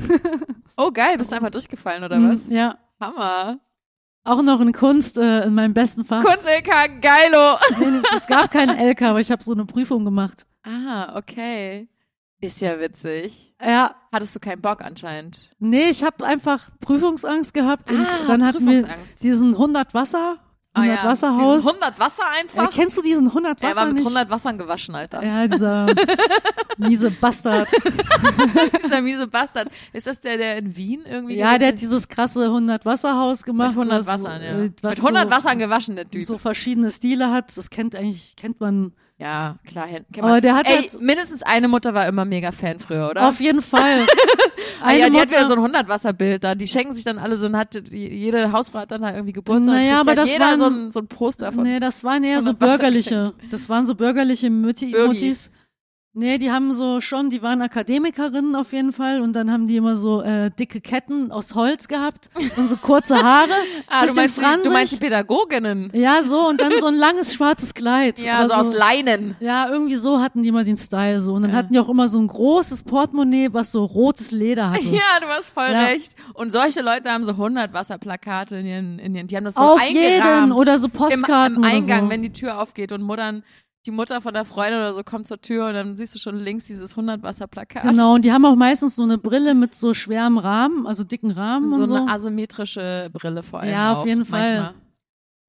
A: Oh geil, bist du einfach durchgefallen oder was?
B: ja.
A: Hammer.
B: Auch noch in Kunst, äh, in meinem besten Fach.
A: Kunst-LK, geilo.
B: es gab keinen LK, aber ich habe so eine Prüfung gemacht.
A: Ah, okay. Ist ja witzig.
B: Ja,
A: Hattest du keinen Bock anscheinend?
B: nee, ich habe einfach Prüfungsangst gehabt und dann hatten wir
A: Ah, Prüfungsangst.
B: diesen 100 Wasser, 100 Wasserhaus.
A: Ah, Diesen 100 Wasser
B: äh,
A: einfach.
B: kennst du diesen 100
A: er
B: Wasser
A: war mit
B: nicht?
A: 100 Wassern gewaschen, Alter.
B: ja, dieser miese Bastard.
A: Dieser miese Bastard. Ist das der, der in Wien irgendwie?
B: ja, der
A: gelebt
B: hat dieses krasse 100 Wasserhaus
A: mit
B: gemacht.
A: 100
B: was,
A: Wassern, ja.
B: äh,
A: Mit
B: was
A: 100
B: so,
A: Wassern gewaschen, der Typ.
B: so verschiedene Stile hat. Das kennt eigentlich, kennt man
A: Ja, klar. Kennt man.
B: Aber der hat
A: Ey,
B: halt-
A: mindestens eine Mutter war immer mega Fan früher, oder?
B: auf jeden Fall.
A: ah, ja, die hat
B: Mutter-
A: wieder so ein 100 Wasserbild da. Die schenken sich dann alle so und hat die, jede Hausfrau hat dann halt irgendwie Geburtstag.
B: Naja,
A: und kriegt
B: aber
A: halt
B: das
A: jeder
B: waren-
A: so ein, so ein Poster von.
B: Nee, das waren eher
A: von
B: so
A: einem Wasser
B: bürgerliche. Das waren so bürgerliche Mütti,
A: Bürgis.
B: Muttis. Nee, die haben so schon, die waren Akademikerinnen auf jeden Fall und dann haben die immer so äh, dicke Ketten aus Holz gehabt und so kurze Haare.
A: Ah, du
B: bisschen
A: meinst, die, du
B: fransig.
A: meinst die Pädagoginnen?
B: ja, so und dann so ein langes schwarzes Kleid.
A: Ja,
B: Oder
A: so aus Leinen.
B: ja, irgendwie so hatten die immer den Style so. Und dann hatten die auch immer so ein großes Portemonnaie, was so rotes Leder hatte.
A: Ja, du hast voll
B: Also. Ja.
A: recht. Und solche Leute haben so 100 Wasserplakate in ihren, in ihren die haben das so
B: Auf
A: eingerahmt.
B: jeden oder so
A: Im,
B: Postkarten
A: Im Eingang,
B: oder so.
A: wenn die Tür aufgeht und Muttern, die Mutter von der Freundin oder so kommt zur Tür und dann siehst du schon links dieses 100 Wasserplakat.
B: Genau, und die haben auch meistens so eine Brille mit so schwerem Rahmen, also dicken Rahmen
A: So,
B: und so.
A: eine asymmetrische Brille vor allem.
B: Ja, auf
A: auch,
B: jeden Fall.
A: Manchmal.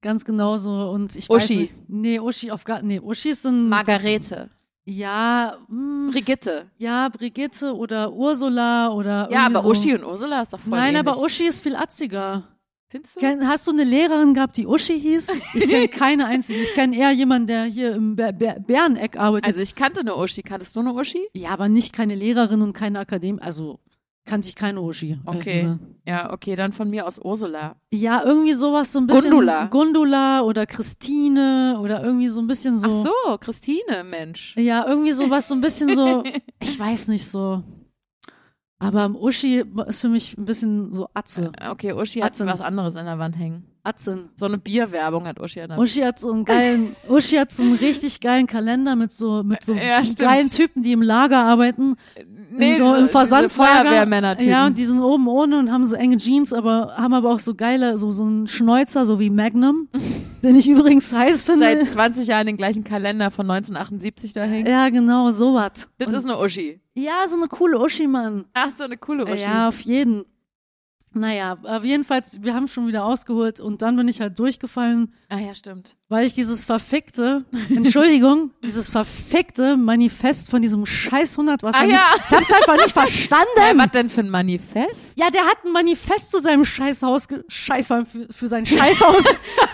B: Ganz genau so. Und ich weiß
A: Uschi.
B: nicht, nee, Uschi auf gar, nee, Uschi ist ein.
A: Margarete.
B: Ja, mh,
A: Brigitte.
B: ja, Brigitte oder Ursula oder.
A: Ja,
B: irgendwie
A: aber
B: so.
A: Uschi und Ursula ist doch voll
B: Nein,
A: ähnlich.
B: aber Uschi ist viel atziger.
A: Findest du?
B: Kenn, hast du eine Lehrerin gehabt, die Uschi hieß? Ich kenne keine einzige. Ich kenne eher jemanden, der hier im Bär, Bär, Bäreneck arbeitet.
A: also ich kannte eine Uschi. Kanntest du eine Uschi?
B: ja, aber nicht keine Lehrerin und keine Akademie. Also kannte ich keine Uschi. Also, ehrlich
A: Okay.
B: gesagt.
A: Ja, okay, dann von mir aus Ursula.
B: Ja, irgendwie sowas so ein bisschen.
A: Gundula.
B: Gundula oder Christine oder irgendwie so ein bisschen so.
A: Ach so, Christine, Mensch.
B: Ja, irgendwie sowas, so ein bisschen so, ich weiß nicht so. Aber am Uschi ist für mich ein bisschen so Atze.
A: Okay, Uschi hat
B: Atzen.
A: was anderes an der Wand hängen.
B: Atzen.
A: So eine Bierwerbung hat Uschi an der Wand.
B: Uschi hat so einen geilen, Uschi hat so einen richtig geilen Kalender mit so, mit so
A: Ja, stimmt.
B: geilen Typen, die im Lager arbeiten.
A: Nee,
B: in so, im Versandlager.
A: Feuerwehrmänner
B: Ja, und die sind oben ohne und haben so enge Jeans, aber haben aber auch so geile, so, so einen Schnäuzer, so wie Magnum, den ich übrigens heiß finde.
A: Seit 20 Jahren den gleichen Kalender von 1978 da hängen.
B: ja, genau, sowas.
A: Das
B: Und-
A: ist eine Uschi.
B: Ja, so eine coole Uschi, Mann.
A: Ach, so eine coole Uschi.
B: Ja, auf jeden. Naja, aber jedenfalls, wir haben schon wieder ausgeholt und dann bin ich halt durchgefallen,
A: Ah ja, stimmt.
B: weil ich dieses verfickte, Entschuldigung, dieses verfickte Manifest von diesem scheiß 100 Wasser
A: Ah
B: nicht,
A: ja.
B: ich hab's einfach nicht
A: Hä,
B: verstanden.
A: was denn für ein Manifest?
B: Ja, der hat ein Manifest zu seinem Scheißhaus, ge- Scheiß für, für sein Scheißhaus.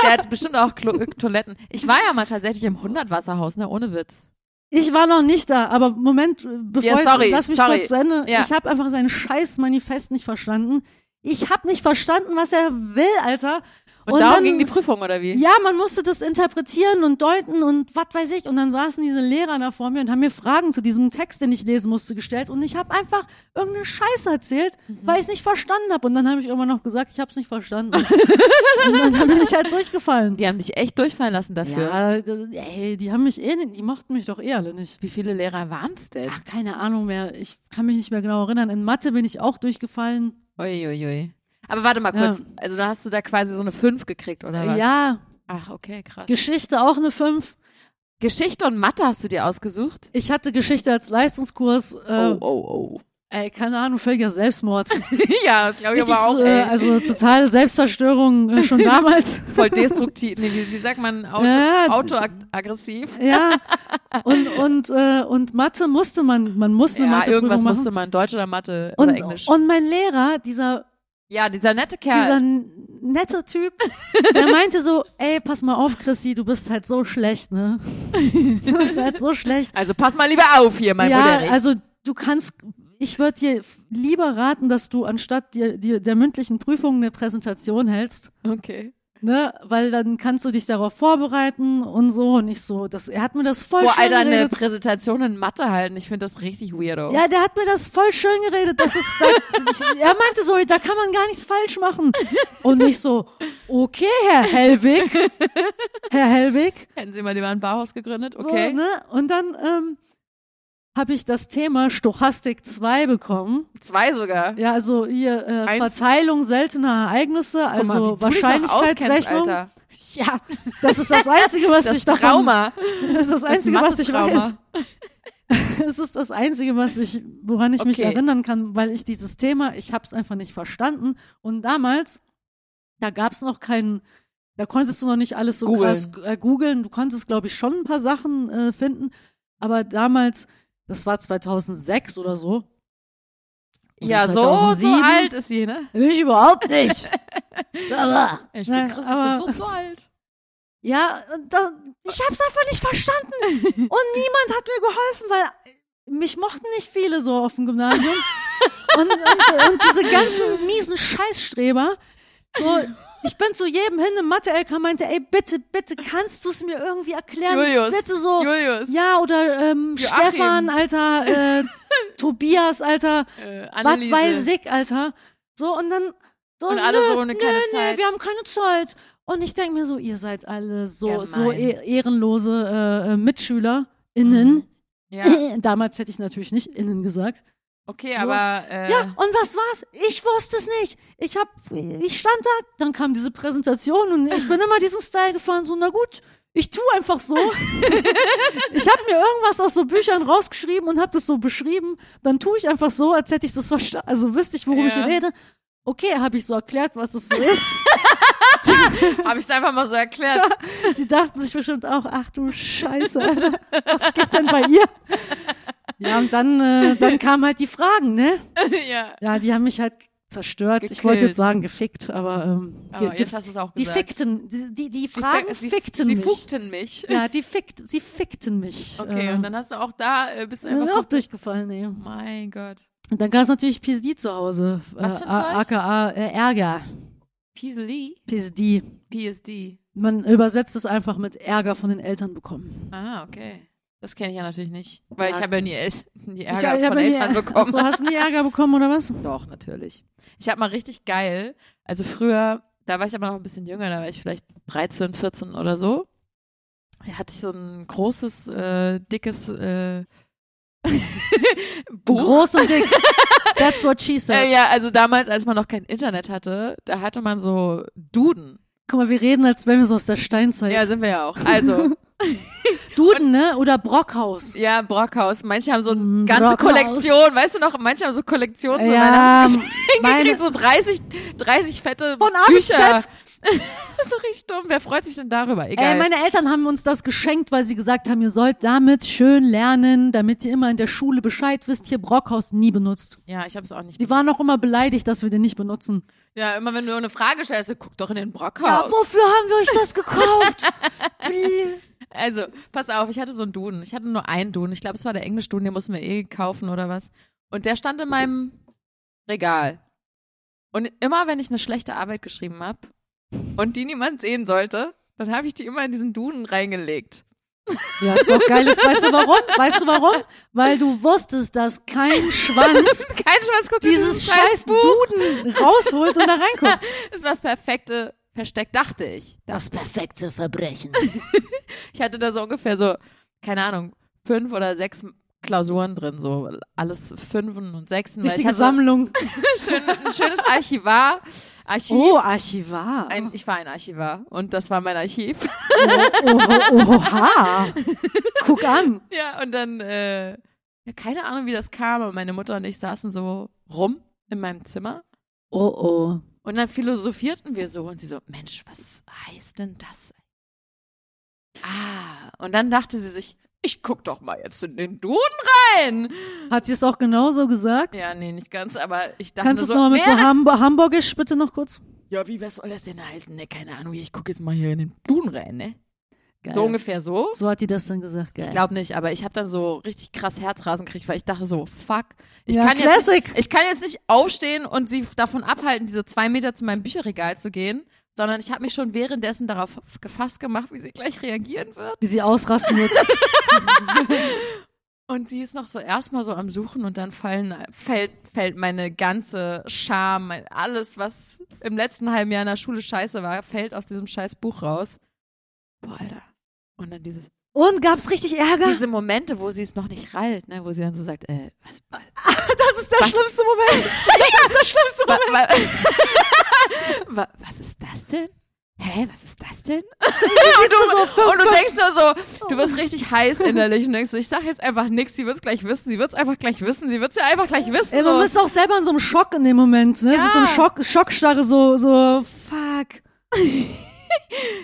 A: Der hat bestimmt auch Klo äh, Toiletten. Ich war ja mal tatsächlich im 100-Wasserhaus, ne, ohne Witz.
B: Ich war noch nicht da, aber Moment, bevor
A: Ja, sorry,
B: ich, lass mich
A: sorry.
B: kurz zu Ende.
A: Ja.
B: Ich habe einfach sein scheiß Manifest nicht verstanden. Ich habe nicht verstanden, was er will, Alter.
A: Und, darum
B: dann-
A: ging die Prüfung, oder wie?
B: Ja, man musste das interpretieren und deuten und was weiß ich. Und dann saßen diese Lehrer da vor mir und haben mir Fragen zu diesem Text, den ich lesen musste, gestellt. Und ich habe einfach irgendeine Scheiße erzählt,
A: Mhm.
B: weil ich es nicht verstanden habe. Und dann habe ich irgendwann noch gesagt, ich habe es nicht verstanden. und dann bin ich halt durchgefallen.
A: Die haben dich echt durchfallen lassen dafür.
B: Ja, d- ey, die haben mich eh nicht, die mochten mich doch eh alle nicht.
A: Wie viele Lehrer waren's denn?
B: Ach, keine Ahnung mehr. Ich kann mich nicht mehr genau erinnern. In Mathe bin ich auch durchgefallen.
A: Uiuiui. Aber warte mal
B: Ja.
A: kurz. Also da hast du da quasi so eine 5 gekriegt, oder was?
B: Ja,
A: Ach, okay, krass.
B: Geschichte auch eine 5.
A: Geschichte und Mathe hast du dir ausgesucht?
B: Ich hatte Geschichte als Leistungskurs. Äh,
A: oh, oh.
B: Ey, keine Ahnung, völliger Selbstmord.
A: ja, das glaube ich
B: Richtig,
A: aber auch,
B: äh,
A: ey.
B: also totale Selbstzerstörung äh, schon damals.
A: Voll destruktiv. Nee, wie, wie sagt man? Auto,
B: Ja.
A: Autoaggressiv?
B: ja. Und und äh, und Mathe musste man, man musste eine
A: Ja, irgendwas
B: Matheprüfung machen.
A: musste man. Deutsch oder Mathe
B: und,
A: oder Englisch.
B: und mein Lehrer, dieser
A: ja, dieser nette Kerl.
B: dieser n- nette Typ, der meinte so, ey, pass mal auf, Chrissy, du bist halt so schlecht, ne? Du bist halt so schlecht.
A: also pass mal lieber auf hier, mein
B: ja,
A: Bruderich.
B: also du kannst, ich würde dir f- lieber raten, dass du anstatt dir, dir der mündlichen Prüfung eine Präsentation hältst,
A: okay.
B: ne? Weil dann kannst du dich darauf vorbereiten und so und ich so. Das, er hat mir das voll
A: Boah,
B: schön
A: Oh, Alter, eine
B: geredet.
A: Präsentation in Mathe halten. Ich finde das richtig weirdo.
B: Ja, der hat mir das voll schön geredet. Das ist, da, ich- er meinte so, da kann man gar nichts falsch machen. Und ich so, okay, Herr Hellwig, Herr Hellwig.
A: Hätten sie mal lieber ein Bauhaus gegründet?
B: So,
A: Okay.
B: ne? Und dann ähm, habe ich das Thema Stochastik 2 bekommen.
A: Zwei sogar.
B: Ja, also hier äh,
A: Eins.
B: Verteilung seltener Ereignisse,
A: Guck mal, wie du
B: also
A: dich noch
B: Wahrscheinlichkeitsrechnung.
A: auskennst, Alter.
B: ja, das ist das Einzige, was
A: Das
B: ich davon,
A: Trauma.
B: Das ist das Einzige, was ich
A: Mathe-Trauma.
B: weiß. Es ist das Einzige, was ich, woran ich mich
A: Okay.
B: erinnern kann, weil ich dieses Thema, ich habe es einfach nicht verstanden. Und damals, da gab es noch keinen, da konntest du noch nicht alles so
A: Googeln.
B: krass äh, googeln. Du konntest, glaube ich, schon ein paar Sachen äh, finden. Aber damals, das war 2006 oder so. Oder
A: Ja, so, so
B: 2007.
A: alt ist sie, ne?
B: Bin ich überhaupt nicht. Aber
A: Ich
B: bin Nein, Chris, ich aber- bin
A: so, alt.
B: Ja, und da, ich hab's einfach nicht verstanden. Und niemand hat mir geholfen, weil mich mochten nicht viele so auf dem Gymnasium. Und, und, und diese ganzen miesen Scheißstreber. So, ich bin zu jedem hin im Mathe-LK und meinte, ey, bitte, bitte, kannst du es mir irgendwie erklären?
A: Julius.
B: Bitte so.
A: Julius.
B: Oh. Ja, oder ähm,
A: Joachim.
B: Stefan, Alter, äh, Tobias, Alter,
A: Äh,
B: was
A: Anneliese.
B: weiß ich, Alter. So, und dann. So,
A: Und alle
B: nö,
A: so, ne,
B: nö,
A: keine
B: nö,
A: Zeit.
B: wir haben keine Zeit. Und ich denke mir so, ihr seid alle so,
A: Gemein.
B: so eh- ehrenlose äh, äh, MitschülerInnen.
A: Mhm. Ja,
B: Damals hätte ich natürlich nicht innen gesagt.
A: okay,
B: So.
A: aber äh,
B: Ja, und was war's? Ich wusste es nicht. Ich hab, ich stand da, dann kam diese Präsentation und ich bin immer diesen Style gefahren, so, na gut, ich tu einfach so. ich hab mir irgendwas aus so Büchern rausgeschrieben und hab das so beschrieben. Dann tu ich einfach so, als hätte ich das verstanden, also wüsste ich, worum
A: Ja.
B: ich rede. Okay, habe ich so erklärt, was das so ist.
A: habe ich es einfach mal so erklärt.
B: Die dachten sich bestimmt auch, ach du Scheiße, Alter, was geht denn bei ihr? Ja, und dann, äh, dann kamen halt die Fragen, ne?
A: ja.
B: Ja, die haben mich halt zerstört. Ich
A: Gekillt.
B: wollte jetzt sagen gefickt, aber, ähm,
A: Aber
B: ge-
A: jetzt
B: ge-
A: hast du es auch
B: die
A: gesagt.
B: fickten, die, die, die
A: Die
B: Fragen
A: fick- sie,
B: fickten
A: sie
B: mich.
A: fuckten mich.
B: Ja, die fickt, sie fickten mich.
A: Okay,
B: äh,
A: und dann hast du auch da, äh, bist du
B: bin
A: einfach.
B: ich auch durchgefallen, ey.
A: Mein Gott.
B: Und dann gab es natürlich PSD zu Hause,
A: Was
B: äh,
A: für ein
B: a-
A: Zeug?
B: aka äh, Ärger,
A: Peasley?
B: PSD.
A: PSD.
B: Man übersetzt es einfach mit Ärger von den Eltern bekommen.
A: Ah, okay. Das kenne ich ja natürlich nicht. Weil
B: Ja.
A: ich habe ja nie, El nie
B: Ich-
A: Ärger
B: ich hab
A: von
B: ja nie-
A: Eltern bekommen.
B: Ach so, hast du nie Ärger bekommen oder was?
A: Doch, natürlich. Ich habe mal richtig geil, also früher, da war ich aber noch ein bisschen jünger, da war ich vielleicht 13, 14 oder so. Da hatte ich so ein großes, äh, dickes äh, Buch.
B: Groß und dick. That's what she said.
A: Äh, ja, also damals, als man noch kein Internet hatte, da hatte man so Duden.
B: Guck mal, wir reden, als wären wir so aus der Steinzeit.
A: Ja, sind wir ja auch. Also,
B: Duden, ne? Oder Brockhaus.
A: Ja, Brockhaus. Manche haben so eine
B: Mm,
A: ganze
B: Brockhaus.
A: Kollektion, weißt du noch? Manche haben so Kollektionen. So
B: Ja, ähm,
A: meine haben
B: meine-
A: gekriegt, so 30, 30 fette
B: Von A bis
A: Bücher.
B: Z.
A: so richtig dumm. Wer freut sich denn darüber? Egal.
B: Ey, meine Eltern haben uns das geschenkt, weil sie gesagt haben, ihr sollt damit schön lernen, damit ihr immer in der Schule Bescheid wisst, hier Brockhaus nie benutzt.
A: ja, ich habe es auch nicht.
B: Die waren auch immer beleidigt, dass wir den nicht benutzen.
A: Ja, immer wenn du eine Frage stellst, guck doch in den Brockhaus.
B: haben wir euch das gekauft? Wie?
A: Also, pass auf, ich hatte so einen Duden. Ich hatte nur einen Duden. Ich glaube, es war der englische Duden, den mussten wir eh kaufen oder was. Und der stand in meinem Regal. Und immer, wenn ich eine schlechte Arbeit geschrieben habe und die niemand sehen sollte, dann habe ich die immer in diesen Duden reingelegt.
B: Ja, ist doch geil. Ist, weißt du warum? Weißt du warum? Weil du wusstest, dass kein Schwanz
A: Kein Schwanz guckt in
B: dieses
A: dieses
B: scheiß
A: Scheißbuch.
B: Duden rausholt und da reinguckt.
A: Es war das perfekte Versteck, dachte ich.
C: Das perfekte Verbrechen.
A: Ich hatte da so ungefähr so, keine Ahnung, fünf oder sechs Klausuren drin, so alles Fünfen und Sechsen. weil ich
B: Richtige
A: hatte so
B: Sammlung.
A: schön, ein schönes Archivar. Archiv.
B: Oh, Archivar.
A: Ein, ich war ein Archivar und das war mein Archiv.
B: Oh, oha. Guck an.
A: Ja, und dann, äh, ja, keine Ahnung, wie das kam, aber meine Mutter und ich saßen so rum in meinem Zimmer
B: Oh, oh.
A: und dann philosophierten wir so und sie so, Mensch, was heißt denn das? Ah, und dann dachte sie sich, ich guck doch mal jetzt in den Duden rein.
B: Hat sie es auch genauso gesagt?
A: Ja, nee, nicht ganz, aber ich dachte
B: Kannst du es
A: so,
B: nochmal mit so
A: während-
B: Hamb Hamburgisch bitte noch kurz?
A: ja, wie, was soll das denn heißen? Ne, keine Ahnung, ich guck jetzt mal hier in den Duden rein, ne?
B: Geil.
A: So ungefähr so.
B: So hat die das dann gesagt, geil.
A: Ich glaube nicht, aber ich habe dann so richtig krass Herzrasen gekriegt, weil ich dachte so, fuck, ich,
B: Ja,
A: kann, jetzt
B: Classic.
A: nicht, ich kann jetzt nicht aufstehen und sie davon abhalten, diese zwei Meter zu meinem Bücherregal zu gehen, sondern ich habe mich schon währenddessen darauf gefasst gemacht, wie sie gleich reagieren wird.
B: Wie sie ausrasten wird.
A: Und sie ist noch so erstmal so am Suchen und dann fallen, fällt, fällt meine ganze Scham, mein, alles, was im letzten halben Jahr in der Schule scheiße war, fällt aus diesem scheiß Buch raus. Boah, Alter. Und dann dieses
B: Und gab's richtig Ärger?
A: diese Momente, wo sie es noch nicht rallt, ne, wo sie dann so sagt, äh, was, was
B: Das ist der
A: Was?
B: schlimmste Moment. das ist der schlimmste
A: Wa- wa- Wa- was ist das denn? Hä, was ist das denn?
B: Moment. Du so fünf,
A: Und du denkst nur so, du wirst richtig heiß innerlich und denkst so, ich sag jetzt einfach nix, sie wird's gleich wissen, sie wird's einfach gleich wissen, sie wird's ja einfach gleich wissen.
B: Ey, man
A: so.
B: ist auch selber in so einem Schock in dem Moment. Ne? Es ist so
A: Ja.
B: ein Schock, Schockstarre, so, so, fuck.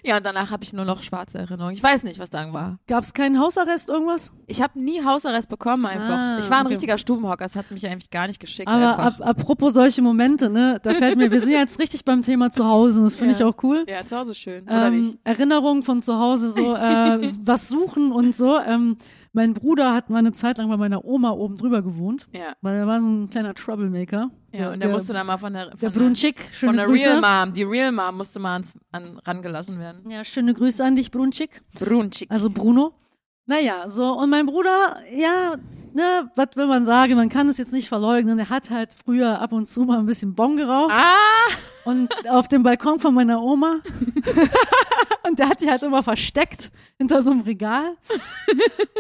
A: Ja, und danach habe ich nur noch schwarze Erinnerungen. Ich weiß nicht, was dann war.
B: Gab's keinen Hausarrest, irgendwas?
A: Ich habe nie Hausarrest bekommen einfach.
B: Ah,
A: ich war ein
B: okay.
A: richtiger Stubenhocker, es hat mich eigentlich gar nicht geschickt
B: Aber
A: einfach.
B: ab, apropos solche Momente, ne, da fällt mir, wir sind ja jetzt richtig beim Thema zu Hause und das finde
A: Ja.
B: ich auch cool.
A: ja, zu Hause schön, oder
B: Ähm,
A: nicht?
B: Erinnerungen von zu Hause, so äh, was suchen und so. Ähm, mein Bruder hat mal eine Zeit lang bei meiner Oma oben drüber gewohnt,
A: Ja.
B: weil er war so ein kleiner Troublemaker.
A: Ja, und der, musste dann mal von der,
B: der
A: von der,
B: Brunschik, schöne
A: von der
B: Grüße.
A: Real Mom, die Real Mom musste mal ans, an, rangelassen werden.
B: Ja, schöne Grüße an dich, Brunschik.
A: Brunschig.
B: Also Bruno. Naja, so, und mein Bruder, ja, ne, was will man sagen? Man kann es jetzt nicht verleugnen. Er hat halt früher ab und zu mal ein bisschen Bon geraucht.
A: Ah!
B: Und auf dem Balkon von meiner Oma. Und der hat die halt immer versteckt hinter so einem Regal.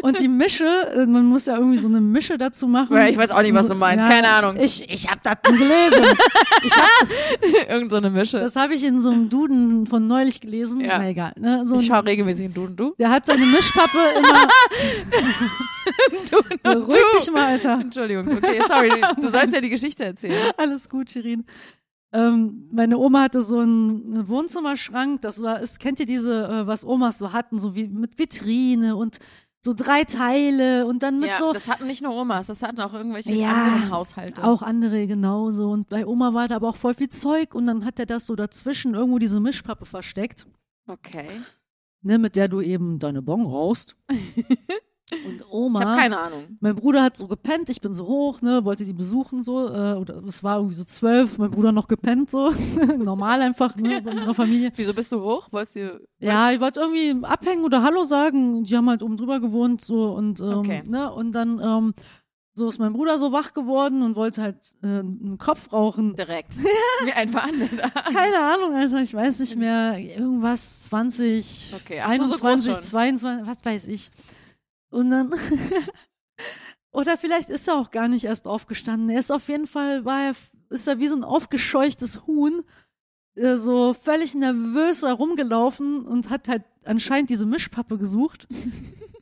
B: Und die Mische, äh, man muss ja irgendwie so eine Mische dazu machen.
A: Ja, ich weiß auch nicht, was du meinst. Keine Ahnung.
B: Ich, ich hab das nie gelesen.
A: Irgend so eine Mische.
B: Das habe ich in so einem Duden von neulich gelesen.
A: Ja.
B: Na egal. Ne? So
A: ich
B: ein,
A: schaue regelmäßig in Du und Du.
B: der hat seine Mischpappe immer. Beruhig
A: du.
B: dich mal, Alter.
A: Entschuldigung, okay, sorry. Du sollst ja die Geschichte erzählen.
B: Alles gut, Shirin. Ähm, meine Oma hatte so einen einen Wohnzimmerschrank, das war, ist, kennt ihr diese, äh, was Omas so hatten, so wie mit Vitrine und so drei Teile und dann mit
A: ja,
B: so
A: das hatten nicht nur Omas, das hatten auch irgendwelche
B: Ja.
A: anderen Haushalte.
B: auch andere genauso. Und bei Oma war da aber auch voll viel Zeug und dann hat er das so dazwischen irgendwo diese Mischpappe versteckt,
A: Okay.
B: ne, mit der du eben deine Bon rauchst. und Oma.
A: Ich habe keine Ahnung.
B: Mein Bruder hat so gepennt, ich bin so hoch, ne, wollte die besuchen so, äh, oder es war irgendwie so zwölf, mein Bruder noch gepennt so, normal einfach, ne, bei unserer Familie.
A: Wieso bist du hoch? Wolltest du.
B: Ja, ich wollte irgendwie abhängen oder Hallo sagen, die haben halt oben drüber gewohnt so und ähm,
A: Okay.
B: ne, und dann ähm, so ist mein Bruder so wach geworden und wollte halt äh, einen Kopf rauchen.
A: Direkt. Wie ein Verhandelter.
B: Keine Ahnung, also ich weiß nicht mehr, irgendwas 20,
A: Mhm. Okay, ach so, so groß
B: 21,
A: schon.
B: 22, was weiß ich. Und dann oder vielleicht ist er auch gar nicht erst aufgestanden. Er ist auf jeden Fall war er ist er wie so ein aufgescheuchtes Huhn äh, so völlig nervös herumgelaufen und hat halt anscheinend diese Mischpappe gesucht.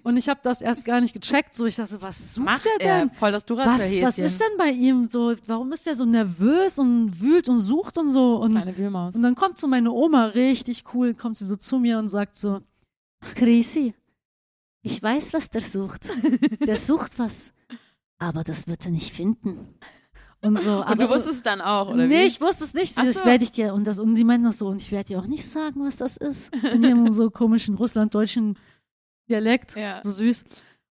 B: Und ich habe das erst gar nicht gecheckt. So, ich dachte, was sucht
A: Macht
B: er
A: er
B: denn?
A: voll das
B: Was,
A: duracell
B: was ist denn bei ihm so? Warum ist er so nervös und wühlt und sucht und so? Und
A: Kleine Wühlmaus.
B: und dann kommt so meine Oma richtig cool, kommt sie so zu mir und sagt so,
C: Chrissy, ich weiß, was der sucht. Der sucht was. Aber das wird er nicht finden.
B: und so.
A: Und du wusstest es dann auch, oder
B: nee,
A: wie?
B: ich wusste es nicht. Sie,
A: Ach
B: das
A: so.
B: werde ich dir und das und sie meint noch so und ich werde dir auch nicht sagen, was das ist. In ihrem so komischen russlanddeutschen Dialekt,
A: Ja.
B: so süß.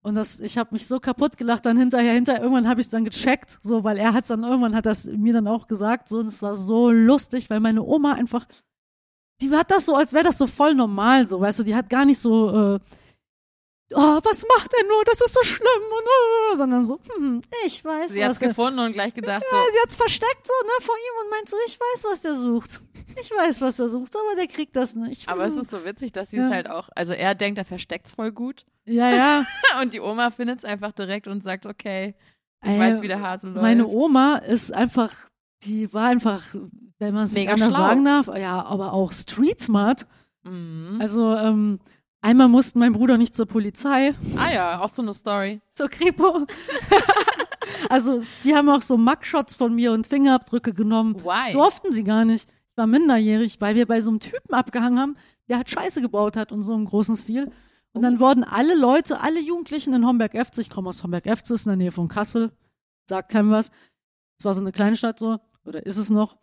B: Und das, ich habe mich so kaputt gelacht, dann hinterher, hinterher, irgendwann habe ich es dann gecheckt, so, weil er hat es dann irgendwann, hat das mir dann auch gesagt, so, und es war so lustig, weil meine Oma einfach, die hat das so, als wäre das so voll normal, so, weißt du, die hat gar nicht so, äh, oh, was macht er nur, das ist so schlimm, und, äh, sondern so, hm, ich weiß,
A: Sie
B: was
A: hat's
B: er-
A: gefunden und gleich gedacht so,
B: ja, sie hat's versteckt so, ne, vor ihm und meint so, ich weiß, was der sucht. Ich weiß, was der sucht, aber der kriegt das nicht.
A: aber es ist so witzig, dass sie es
B: Ja.
A: halt auch, also er denkt, er versteckt's voll gut
B: Ja, ja.
A: und die Oma findet's einfach direkt und sagt, okay, ich
B: Ey,
A: weiß, wie der Hase läuft.
B: Äh, Meine Oma ist einfach, die war einfach, wenn man es nicht
A: Mega
B: anders
A: schlau.
B: sagen darf, ja, aber auch street smart.
A: mhm.
B: Also, ähm, einmal mussten mein Bruder nicht zur Polizei,
A: Ah ja, auch so eine Story.
B: zur Kripo. also, die haben auch so Mugshots von mir und Fingerabdrücke genommen.
A: Why?
B: Durften sie gar nicht. Ich war minderjährig, weil wir bei so einem Typen abgehangen haben, der hat Scheiße gebaut hat und so im großen Stil. Und
A: Oh.
B: dann wurden alle Leute, alle Jugendlichen in Homberg-Efze, ich komme aus Homberg-Efze, ist in der Nähe von Kassel, sagt keinem was. Es war so eine Kleinstadt so, oder ist es noch?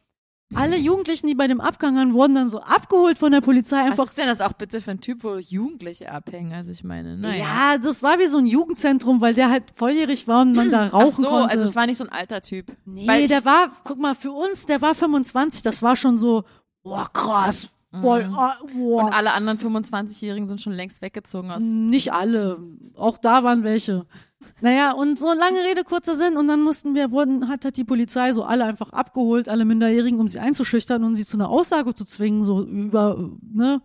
B: Alle Jugendlichen, die bei dem Abgang waren, wurden dann so abgeholt von der Polizei einfach.
A: Was ist denn das auch bitte für ein Typ, wo Jugendliche abhängen? Also ich meine, naja.
B: Ja, das war wie so ein Jugendzentrum, weil der halt volljährig war und man da rauchen
A: Ach so,
B: konnte.
A: also es war nicht so ein alter Typ.
B: Nee,
A: Weil ich-
B: der war, guck mal, für uns, der war 25, das war schon so, boah, krass, voll, ah, boah.
A: Mhm. Und alle anderen 25-Jährigen sind schon längst weggezogen aus.
B: Nicht alle, auch da waren welche. Naja, und so lange Rede, kurzer Sinn, und dann mussten wir, wurden, hat, hat die Polizei so alle einfach abgeholt, alle Minderjährigen, um sie einzuschüchtern und sie zu einer Aussage zu zwingen, so über, ne.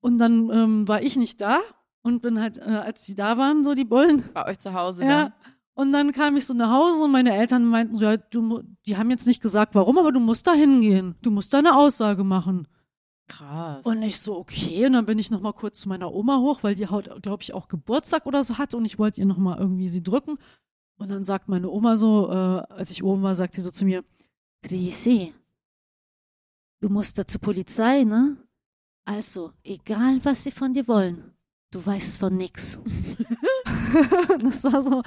B: Und dann ähm, war ich nicht da und bin halt, äh, als die da waren, so die Bullen,
A: Bei euch zu Hause.
B: ja.
A: Dann.
B: Und dann kam ich so nach Hause und meine Eltern meinten so, ja, du, mu- die haben jetzt nicht gesagt, warum, aber du musst da hingehen. Du musst da eine Aussage machen.
A: Krass.
B: Und ich so, okay. Und dann bin ich nochmal kurz zu meiner Oma hoch, weil die haut, glaube ich, auch Geburtstag oder so hatte und ich wollte ihr nochmal irgendwie sie drücken. Und dann sagt meine Oma so, äh, als ich oben war, sagt sie so zu mir,
C: Chrissy, du musst da zur Polizei, ne? Also, egal was sie von dir wollen, du weißt von nix.
B: das war so,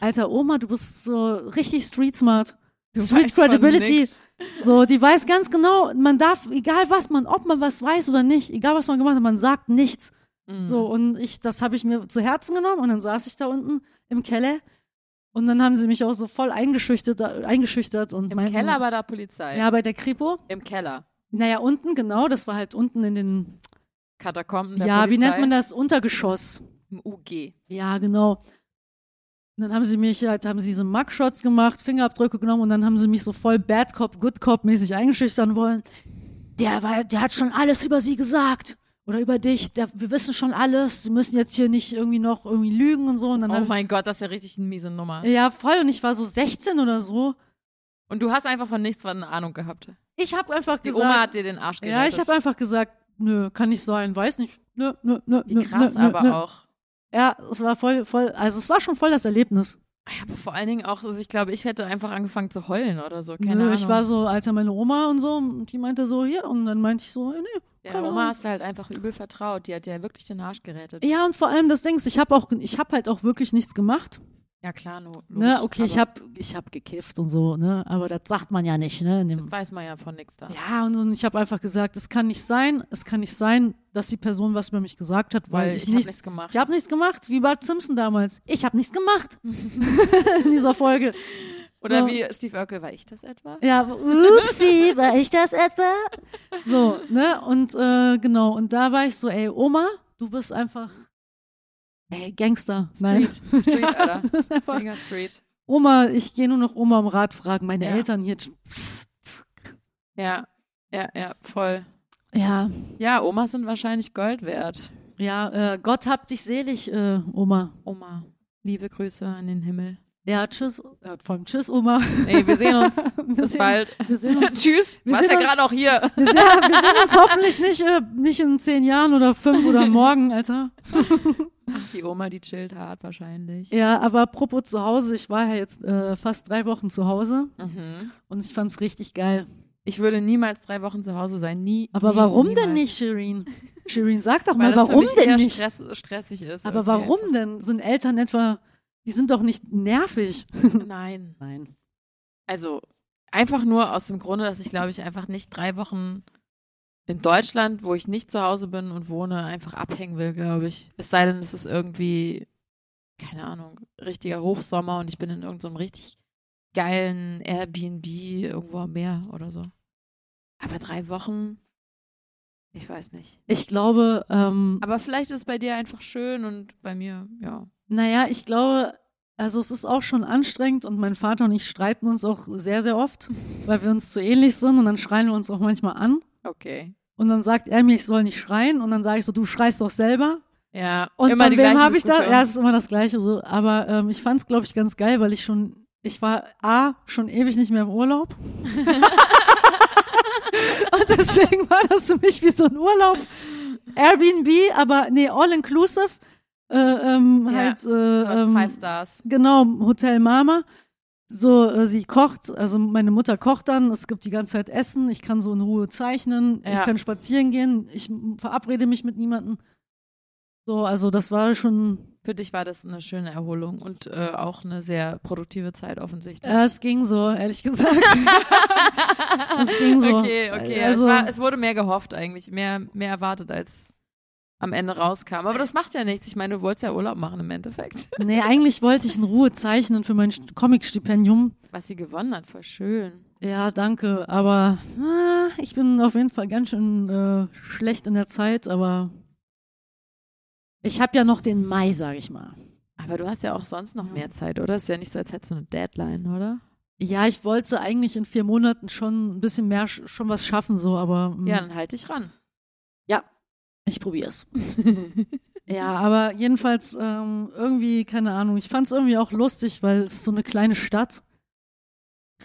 B: alter Oma, du bist so richtig street smart.
A: Du
B: Street
A: weißt von
B: Credibility.
A: nix.
B: So, die weiß ganz genau, man darf, egal was man, ob man was weiß oder nicht, egal was man gemacht hat, man sagt nichts.
A: Mhm.
B: So, und ich, das habe ich mir zu Herzen genommen und dann saß ich da unten im Keller und dann haben sie mich auch so voll eingeschüchtert, eingeschüchtert und
A: Im
B: meinten,
A: Keller bei der Polizei.
B: Ja, bei der Kripo.
A: Im Keller.
B: Naja, unten, genau, das war halt unten in den,
A: Katakomben der
B: ja,
A: Polizei.
B: wie nennt man das? Untergeschoss.
A: Im UG.
B: Ja, genau. Und dann haben sie mich halt, haben sie diese Mugshots gemacht, Fingerabdrücke genommen und dann haben sie mich so voll Bad Cop, Good Cop mäßig eingeschüchtern wollen. Der, war, der hat schon alles über sie gesagt. Oder über dich. Der, wir wissen schon alles. Sie müssen jetzt hier nicht irgendwie noch irgendwie lügen und so. Und dann
A: Oh
B: hab
A: mein Gott, das ist ja richtig eine miese Nummer.
B: ich, ja, voll. Und ich war so 16 oder so.
A: Und du hast einfach von nichts was eine Ahnung gehabt.
B: Ich habe einfach
A: Die
B: gesagt.
A: Oma hat dir den Arsch gerettet.
B: ja, ich habe einfach gesagt, nö, kann nicht sein, weiß nicht. Nö, nö, nö.
A: Wie
B: nö,
A: krass
B: nö, nö,
A: aber
B: nö.
A: auch.
B: Ja, es war voll, voll, also es war schon voll das Erlebnis.
A: Ja, aber vor allen Dingen auch, also ich glaube, ich hätte einfach angefangen zu heulen oder so. Keine
B: Nö,
A: Ahnung.
B: Ne, ich war so, Alter, meine Oma und so, und die meinte so, hier, und dann meinte ich so, äh, nee.
A: der
B: keine
A: Oma
B: Ahnung.
A: hast du halt einfach übel vertraut. Die hat dir ja wirklich den Arsch gerettet.
B: Ja, und vor allem das Ding ist, ich habe auch, ich habe halt auch wirklich nichts gemacht.
A: ja, klar, no, logisch.
B: Ne? Okay,
A: aber
B: ich habe, ich habe gekifft und so, ne, aber das sagt man ja nicht, ne. in Dem,
A: Weiß man ja von nichts da.
B: ja, und so, und ich habe einfach gesagt, es kann nicht sein, es kann nicht sein, dass die Person was über mich gesagt hat, weil,
A: weil ich
B: ich
A: habe
B: nichts,
A: nichts gemacht.
B: ich habe nichts gemacht, wie Bart Simpson damals. Ich habe nichts gemacht in dieser Folge.
A: Oder
B: so-
A: wie Steve Urkel, war ich das etwa?
B: Ja,
C: Upsi, war ich das etwa?
B: So, ne? Und äh, genau, und da war ich so, ey, Oma, du bist einfach ey, Gangster. Nein.
A: Street. Street, Alter.
B: Du bist einfach,
A: Mega Street.
B: Oma, ich gehe nur noch Oma um Rat fragen. Meine
A: Ja.
B: Eltern hier. Psst.
A: Ja, ja, ja, voll.
B: Ja,
A: Ja, Omas sind wahrscheinlich Gold wert.
B: ja, äh, Gott hab dich selig, äh, Oma.
A: Oma, liebe Grüße an den Himmel.
B: Ja, tschüss. Ja, vor allem tschüss, Oma.
A: Nee, wir sehen uns.
B: Wir
A: Bis
B: sehen-
A: bald.
B: Wir sehen uns,
A: Tschüss.
B: Wir
A: Du warst
B: sehen
A: ja
B: uns-
A: gerade auch hier.
B: wir sehen, wir sehen uns hoffentlich nicht, äh, nicht in zehn Jahren oder fünf oder morgen, Alter.
A: Ach, die Oma, die chillt hart wahrscheinlich.
B: Ja, aber apropos zu Hause, ich war ja jetzt äh, fast drei Wochen zu Hause
A: Mhm.
B: und ich fand's richtig geil.
A: Ich würde niemals drei Wochen zu Hause sein. Nie.
B: Aber
A: nie,
B: warum
A: niemals.
B: denn nicht, Shirin? Shirin, sag doch
A: Weil
B: mal,
A: das für
B: warum
A: mich
B: denn
A: eher
B: nicht?
A: Stress, stressig ist.
B: Aber
A: irgendwie.
B: warum denn? Sind Eltern etwa, die sind doch nicht nervig.
A: Nein.
B: Nein.
A: Also einfach nur aus dem Grunde, dass ich glaube ich einfach nicht drei Wochen in Deutschland, wo ich nicht zu Hause bin und wohne, einfach abhängen will, glaube ich. Es sei denn, es ist irgendwie, keine Ahnung, richtiger Hochsommer und ich bin in irgendeinem richtig geilen Airbnb irgendwo am Meer oder so. Aber drei Wochen, ich weiß nicht.
B: Ich glaube, ähm,
A: Aber vielleicht ist es bei dir einfach schön und bei mir, ja.
B: naja, ich glaube, also es ist auch schon anstrengend und mein Vater und ich streiten uns auch sehr, sehr oft, weil wir uns zu ähnlich sind und dann schreien wir uns auch manchmal an.
A: Okay.
B: Und dann sagt er mir, ich soll nicht schreien und dann sage ich so, du schreist doch selber.
A: Ja,
B: Und
A: immer
B: von
A: die
B: wem
A: gleiche
B: habe ich da?
A: Diskussion.
B: Ja, es ist immer das Gleiche so. Aber ähm, ich fand's, glaube ich, ganz geil, weil ich schon, ich war A, schon ewig nicht mehr im Urlaub. Und deswegen war das für mich wie so ein Urlaub. Airbnb, aber nee, all inclusive. Äh, ähm,
A: Ja,
B: halt, äh,
A: Du hast
B: ähm,
A: Five Stars.
B: Genau, Hotel Mama. So, äh, sie kocht, also meine Mutter kocht dann, es gibt die ganze Zeit Essen, ich kann so in Ruhe zeichnen, ich
A: Ja.
B: kann spazieren gehen, ich m- verabrede mich mit niemandem. So, also das war schon,
A: Für dich war das eine schöne Erholung und äh, auch eine sehr produktive Zeit offensichtlich.
B: äh, es ging so, ehrlich gesagt. es ging so.
A: Okay, okay.
B: Also-
A: es, war, es wurde mehr gehofft eigentlich, mehr, mehr erwartet, als am Ende rauskam. Aber das macht ja nichts. Ich meine, du wolltest ja Urlaub machen im Endeffekt.
B: Nee, eigentlich wollte ich in Ruhe zeichnen für mein St- Comic-Stipendium.
A: Was sie gewonnen hat, voll schön.
B: Ja, danke, aber ah, ich bin auf jeden Fall ganz schön äh, schlecht in der Zeit, aber ich habe ja noch den Mai, sage ich mal.
A: Aber du hast ja auch sonst noch mehr Zeit, oder? Ist ja nicht so, als hättest du eine Deadline, oder?
B: Ja, ich wollte eigentlich in vier Monaten schon ein bisschen mehr, sch- schon was schaffen, so, aber mh,
A: Ja, dann halt dich ran.
B: ich probiere es. ja, aber jedenfalls ähm, irgendwie, keine Ahnung, ich fand es irgendwie auch lustig, weil es ist so eine kleine Stadt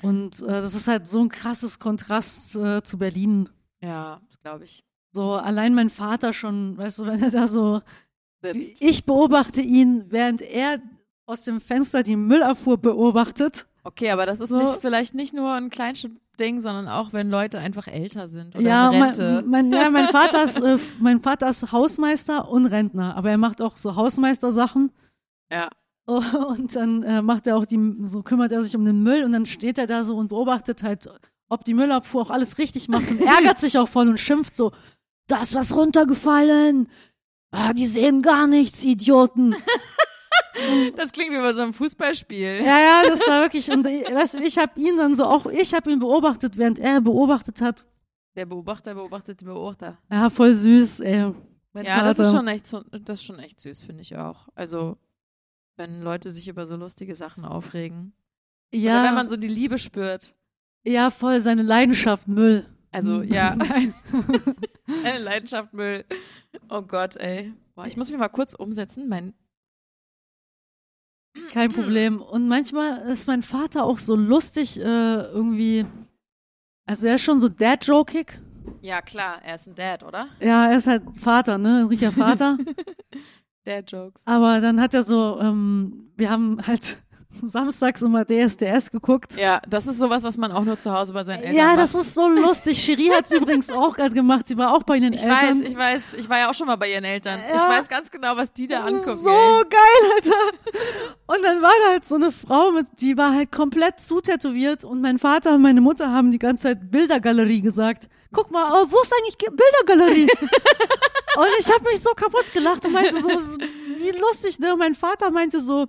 B: und äh, das ist halt so ein krasses Kontrast äh, zu Berlin.
A: Ja, das glaube ich.
B: So, allein mein Vater schon, weißt du, wenn er da so,
A: Sitzt.
B: ich beobachte ihn, während er aus dem Fenster die Müllabfuhr beobachtet.
A: Okay, aber das ist
B: So.
A: nicht, vielleicht nicht nur ein kleines Ding, sondern auch, wenn Leute einfach älter sind oder
B: Ja,
A: in
B: mein,
A: Rente.
B: mein, ja mein, Vater ist, äh, f- mein Vater ist Hausmeister und Rentner, aber er macht auch so Hausmeistersachen.
A: Ja.
B: Oh, Und dann äh, macht er auch die, so kümmert er sich um den Müll und dann steht er da so und beobachtet halt, ob die Müllabfuhr auch alles richtig macht und ärgert sich auch voll und schimpft so,
C: Da ist was runtergefallen. Ah, die sehen gar nichts, Idioten.
A: Das klingt wie bei so einem Fußballspiel.
B: Ja, ja, das war wirklich. Und ich- weißt du, ich habe ihn dann so auch, ich habe ihn beobachtet, während er beobachtet hat.
A: Der Beobachter beobachtet den Beobachter.
B: Ja, voll süß, ey. Mein
A: ja, das
B: Vater.
A: ist, schon echt, so- das ist schon echt süß, finde ich auch. Also, wenn Leute sich über so lustige Sachen aufregen. Oder wenn
B: Ja,
A: man so die Liebe spürt.
B: ja, voll seine Leidenschaft, Müll.
A: Also,
B: Mhm.
A: ja. Eine Leidenschaft, Müll. Oh Gott, ey. Boah, ich muss mich mal kurz umsetzen. Mein, Mm.
B: Kein Problem. Und manchmal ist mein Vater auch so lustig, äh, irgendwie. Also er ist schon so Dad-Jokig.
A: ja, klar, er ist ein Dad, oder?
B: Ja, er ist halt Vater, ne? Ein richtiger Vater.
A: Dad-Jokes.
B: Aber dann hat er so, ähm, wir haben halt samstags immer DSDS geguckt.
A: Ja, das ist sowas, was man auch nur zu Hause bei seinen Eltern
B: Äh, Ja,
A: macht.
B: das ist so lustig. Shiri hat es übrigens auch gerade gemacht. Sie war auch bei den
A: ich weiß,
B: Eltern.
A: ich weiß, ich war ja auch schon mal bei ihren Eltern. Ich
B: Ja.
A: weiß ganz genau, was die da angucken.
B: so
A: ey.
B: geil, Alter. Und dann war da halt so eine Frau, mit, die war halt komplett zutätowiert und mein Vater und meine Mutter haben die ganze Zeit Bildergalerie gesagt. Guck mal, oh, wo ist eigentlich Ge- Bildergalerie? und ich habe mich so kaputt gelacht und meinte so, wie lustig, ne? Und mein Vater meinte so,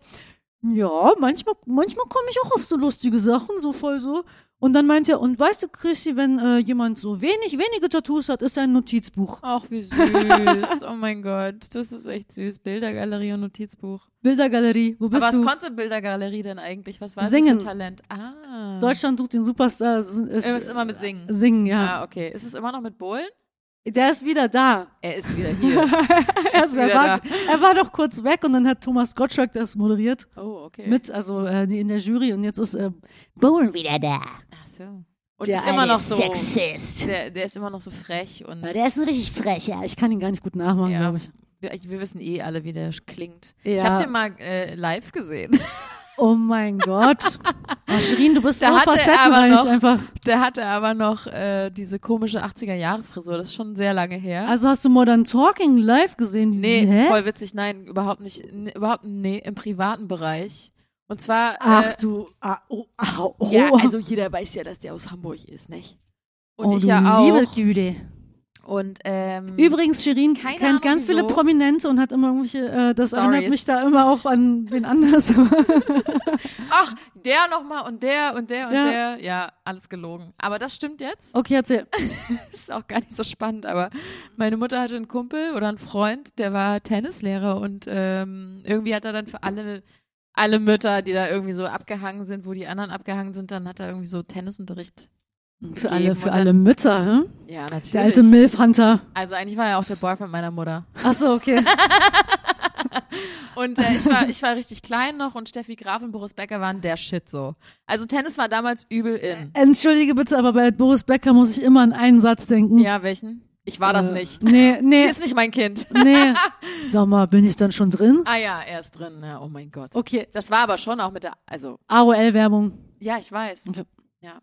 B: ja, manchmal, manchmal komme ich auch auf so lustige Sachen, so voll so. Und dann meinte er, und weißt du, Christi, wenn äh, jemand so wenig, wenige Tattoos hat, ist er ein Notizbuch.
A: Ach, wie süß. Oh mein Gott, das ist echt süß. Bildergalerie und Notizbuch.
B: Bildergalerie, wo bist
A: Aber
B: du?
A: was konnte Bildergalerie denn eigentlich? Was war
B: Singen.
A: das für ein Talent? Ah.
B: Deutschland sucht den Superstar. Es
A: Ist immer mit Singen.
B: Singen, ja.
A: Ah, okay. Ist es immer noch mit Bohlen?
B: Der ist wieder da.
A: Er ist wieder hier.
B: er, ist, er,
A: wieder
B: war, er war doch kurz weg und dann hat Thomas Gottschalk das moderiert.
A: Oh, okay.
B: Mit, also äh, die- in der Jury und jetzt ist äh, Bohlen wieder da.
A: Ach so. Und
B: Der
A: ist immer noch so.
C: Sexist.
A: Der, der ist immer noch so frech und
C: Aber der ist ein richtig frecher.
B: Ich kann ihn gar nicht gut nachmachen,
A: Ja.
B: glaube ich.
A: wir, wir wissen eh alle, wie der klingt. Ich
B: Ja.
A: habe den mal äh, live gesehen.
B: Oh mein Gott. Oh, Shirin, du bist
A: Da
B: so
A: hat er aber
B: facettenreich
A: noch-
B: einfach.
A: Der hatte aber noch äh, diese komische 80er-Jahre-Frisur. Das ist schon sehr lange her.
B: Also hast du Modern Talking live gesehen?
A: nee,
B: Hä?
A: voll äh, witzig. Nein, überhaupt nicht. N überhaupt nee, im privaten Bereich. Und zwar.
B: Ach
A: äh,
B: du, ah, oh, au, oh.
A: ja, also jeder weiß ja, dass der aus Hamburg ist, nicht? Und
B: oh,
A: ich
B: du
A: ja auch.
B: Liebe Güte.
A: Und ähm,
B: Übrigens, Shirin
A: Keine
B: kennt
A: Ahnung,
B: ganz viele
A: wieso.
B: Prominente und hat immer irgendwelche, äh, das
A: Stories.
B: erinnert mich da immer auch an wen anders.
A: ach, der nochmal und der und der und
B: Ja.
A: der. Ja, alles gelogen. Aber das stimmt jetzt.
B: okay, erzähl.
A: ist auch gar nicht so spannend, aber meine Mutter hatte einen Kumpel oder einen Freund, der war Tennislehrer und ähm, irgendwie hat er dann für alle, alle Mütter, die da irgendwie so abgehangen sind, wo die anderen abgehangen sind, dann hat er irgendwie so Tennisunterricht.
B: Für alle,
A: Geben
B: für
A: und
B: alle Mütter, hä?
A: Ja, natürlich.
B: Der alte Milf Hunter.
A: also eigentlich war er auch der Boyfriend meiner Mutter.
B: Ach so, okay.
A: Und äh, ich, war, ich war richtig klein noch und Steffi Graf und Boris Becker waren der Shit so. Also Tennis war damals übel in.
B: Entschuldige bitte, aber bei Boris Becker muss ich immer an einen Satz denken.
A: Ja, welchen? Ich war das
B: Äh,
A: nicht.
B: Nee,
A: Sie
B: nee,
A: ist nicht mein Kind.
B: nee. Sag mal, bin ich dann schon drin?
A: Ah ja, er ist drin. Ja, oh mein Gott.
B: Okay,
A: Das war aber schon auch mit der, also
B: AOL-Werbung.
A: Ja, ich weiß.
B: Okay.
A: Ja.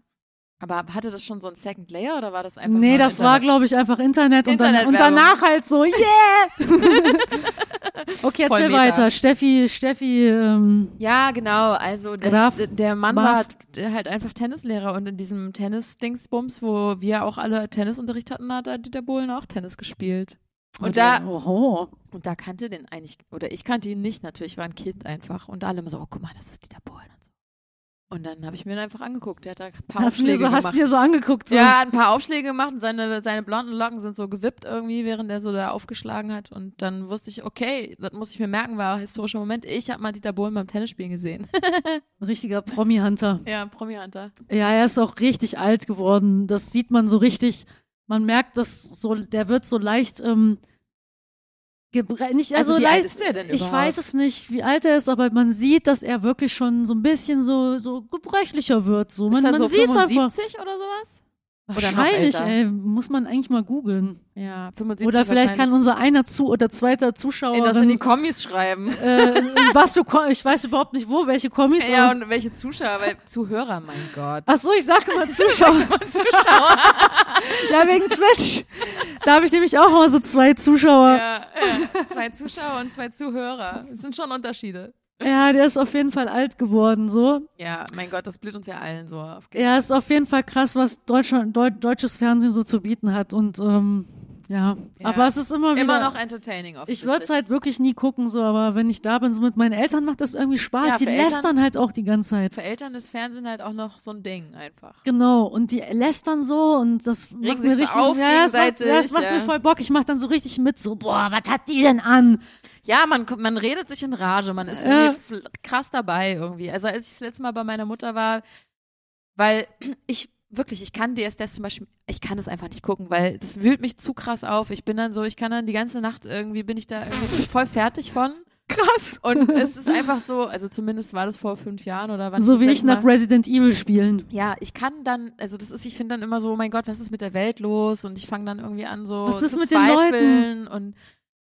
A: Aber hatte das schon so ein Second Layer oder war das einfach nur
B: Nee,
A: im
B: das war,
A: Internet?
B: glaube ich, einfach Internet und, dann, und
A: Internetwerbung.
B: danach halt so, yeah! okay,
A: Voll
B: erzähl
A: meta.
B: weiter. Steffi, Steffi, ähm,
A: Ja, genau. Also das,
B: Graf-
A: der Mann war
B: Barf.
A: halt einfach Tennislehrer und in diesem Tennis-Dingsbums, wo wir auch alle Tennisunterricht hatten, hat da Dieter Bohlen auch Tennis gespielt. Und da,
B: Oho.
A: und da kannte den eigentlich, oder ich kannte ihn nicht, natürlich war ein Kind einfach. Und alle immer so, oh, guck mal, das ist Dieter Bohlen und so. Und dann habe ich mir ihn einfach angeguckt. Der hat da ein paar
B: Hast du
A: Aufschläge
B: dir so,
A: gemacht.
B: hast du dir so angeguckt? So.
A: Ja, hat ein paar Aufschläge gemacht und seine, seine blonden Locken sind so gewippt irgendwie, während er so da aufgeschlagen hat. Und dann wusste ich, okay, das muss ich mir merken, war ein historischer Moment. Ich habe mal Dieter Bohlen beim Tennisspielen gesehen.
B: Ein richtiger Promi-Hunter.
A: ja, Promi-Hunter.
B: Ja, er ist auch richtig alt geworden. Das sieht man so richtig. Man merkt, dass so, der wird so leicht, ähm, gebre- nicht, also,
A: Also, wie
B: leicht,
A: alt ist der denn
B: Ich
A: überhaupt?
B: weiß es nicht, wie alt er ist, aber man sieht, dass er wirklich schon so ein bisschen so, so gebrechlicher wird. So. Man,
A: ist er
B: man
A: so
B: sieht's einfach.
A: 75 oder sowas? Oder noch
B: Wahrscheinlich,
A: älter?
B: ey, muss man eigentlich mal googeln.
A: Ja, 75
B: Oder vielleicht kann
A: wahrscheinlich.
B: unser einer zu oder zweiter Zuschauer
A: Ey, das in die Kommis schreiben.
B: äh, was für Kom ich weiß überhaupt nicht wo, welche Kommis.
A: Ja,
B: aber-
A: und welche Zuschauer, weil Zuhörer, mein Gott.
B: Ach so, ich sag immer Zuschauer.
A: Zuschauer.
B: ja, wegen Twitch. Da habe ich nämlich auch immer so zwei Zuschauer.
A: ja, ja. Zwei Zuschauer und zwei Zuhörer. Das sind schon Unterschiede.
B: Ja. der ist auf jeden Fall alt geworden, so.
A: Ja, mein Gott, das blüht uns ja allen so auf.
B: Ja, ist auf jeden Fall krass, was Deutschland, Deu deutsches Fernsehen so zu bieten hat. Und ähm, ja.
A: Ja.
B: aber es ist immer wieder.
A: Immer noch entertaining
B: ich
A: offensichtlich.
B: würde es halt wirklich nie gucken, so, aber wenn ich da bin, so mit meinen Eltern macht das irgendwie Spaß.
A: Ja,
B: die
A: für Eltern-
B: lästern halt auch die ganze Zeit.
A: Für Eltern ist Fernsehen halt auch noch so ein Ding einfach.
B: Genau, und die lästern so und das macht
A: Regen
B: mir
A: sich so
B: richtig
A: auf
B: ja, das macht, ja, das
A: gegenseitig,
B: macht
A: ja.
B: mir voll Bock. Ich mach dann so richtig mit, so, boah, was hat die denn an?
A: Ja, man, kommt- man redet sich in Rage, man ist
B: Ja.
A: irgendwie fl- krass dabei irgendwie. Also als ich das letzte Mal bei meiner Mutter war, weil ich wirklich, ich kann DSDS zum Beispiel, ich kann es einfach nicht gucken, weil das wühlt mich zu krass auf. Ich bin dann so, ich kann dann die ganze Nacht irgendwie, bin ich da irgendwie voll fertig von.
B: Krass.
A: Und es ist einfach so, also zumindest war das vor fünf Jahren oder wann.
B: So
A: das
B: wie ich
A: letzte
B: nach
A: Mal-
B: Resident Evil spielen.
A: Ja, ich kann dann, also das ist, ich finde dann immer so, oh mein Gott, was ist mit der Welt los? Und ich fange dann irgendwie an so
B: Was ist
A: zu
B: mit den
A: zweifeln und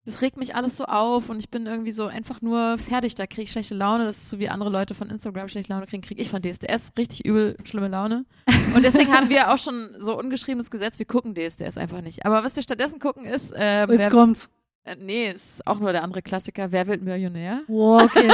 A: das regt mich alles so auf und ich bin irgendwie so einfach nur fertig, da kriege ich schlechte Laune, das ist so wie andere Leute von Instagram schlechte Laune kriegen, kriege ich von DSDS richtig übel schlimme Laune. Und deswegen haben wir auch schon so ungeschriebenes Gesetz, wir gucken DSDS einfach nicht. Aber was wir stattdessen gucken ist, äh,
B: Jetzt
A: wer,
B: kommt's.
A: äh, nee, ist auch nur der andere Klassiker, Wer wird Millionär?
B: Wow, okay.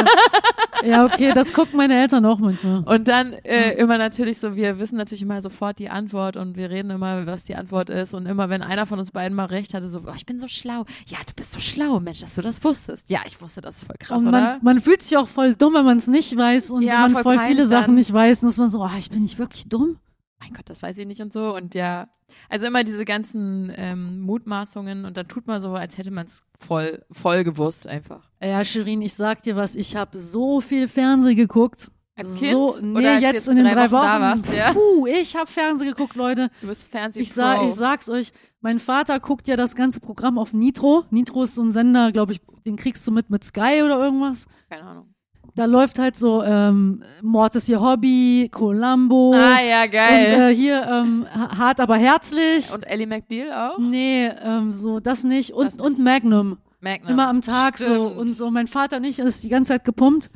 B: ja, okay, das gucken meine Eltern auch manchmal.
A: Und dann
B: Mhm.
A: äh, immer natürlich so, wir wissen natürlich immer sofort die Antwort und wir reden immer, was die Antwort ist. Und immer, wenn einer von uns beiden mal recht hatte, so, oh, ich bin so schlau. Ja, du bist so schlau, Mensch, dass du das wusstest. Ja, ich wusste, das ist voll krass,
B: Und
A: oder?
B: man, man fühlt sich auch voll dumm, wenn man es nicht weiß und
A: Ja,
B: wenn man
A: voll
B: voll,
A: peinlich
B: viele Sachen
A: dann.
B: nicht weiß, und dass man so, ah, ich bin nicht wirklich dumm.
A: Mein Gott, das weiß ich nicht und so. Und ja, also immer diese ganzen ähm, Mutmaßungen und dann tut man so, als hätte man es voll, voll gewusst einfach.
B: Ja, Shirin, ich sag dir was, ich habe so viel Fernsehen geguckt.
A: Als Kind
B: so, nee,
A: oder als
B: jetzt,
A: du jetzt
B: in den
A: drei
B: drei
A: Wochen da warst, ja?
B: Puh, ich habe Fernsehen geguckt, Leute.
A: Du bist Fernseh
B: Ich, sag,
A: Pro.
B: ich sag's euch, Mein Vater guckt ja das ganze Programm auf Nitro. Nitro ist so ein Sender, glaube ich, den kriegst du mit mit Sky oder irgendwas.
A: Keine Ahnung.
B: Da läuft halt so ähm, Mord ist ihr Hobby, Columbo
A: Ah ja,
B: und
A: geil.
B: äh, hier ähm, ha- hart aber herzlich.
A: Und, Ellie McBeal auch?
B: Nee, ähm, so das nicht. Und,
A: Das nicht.
B: und Magnum.
A: Magnum.
B: Immer am Tag so
A: Stimmt.
B: und so. Mein Vater und ich ist die ganze Zeit gepumpt.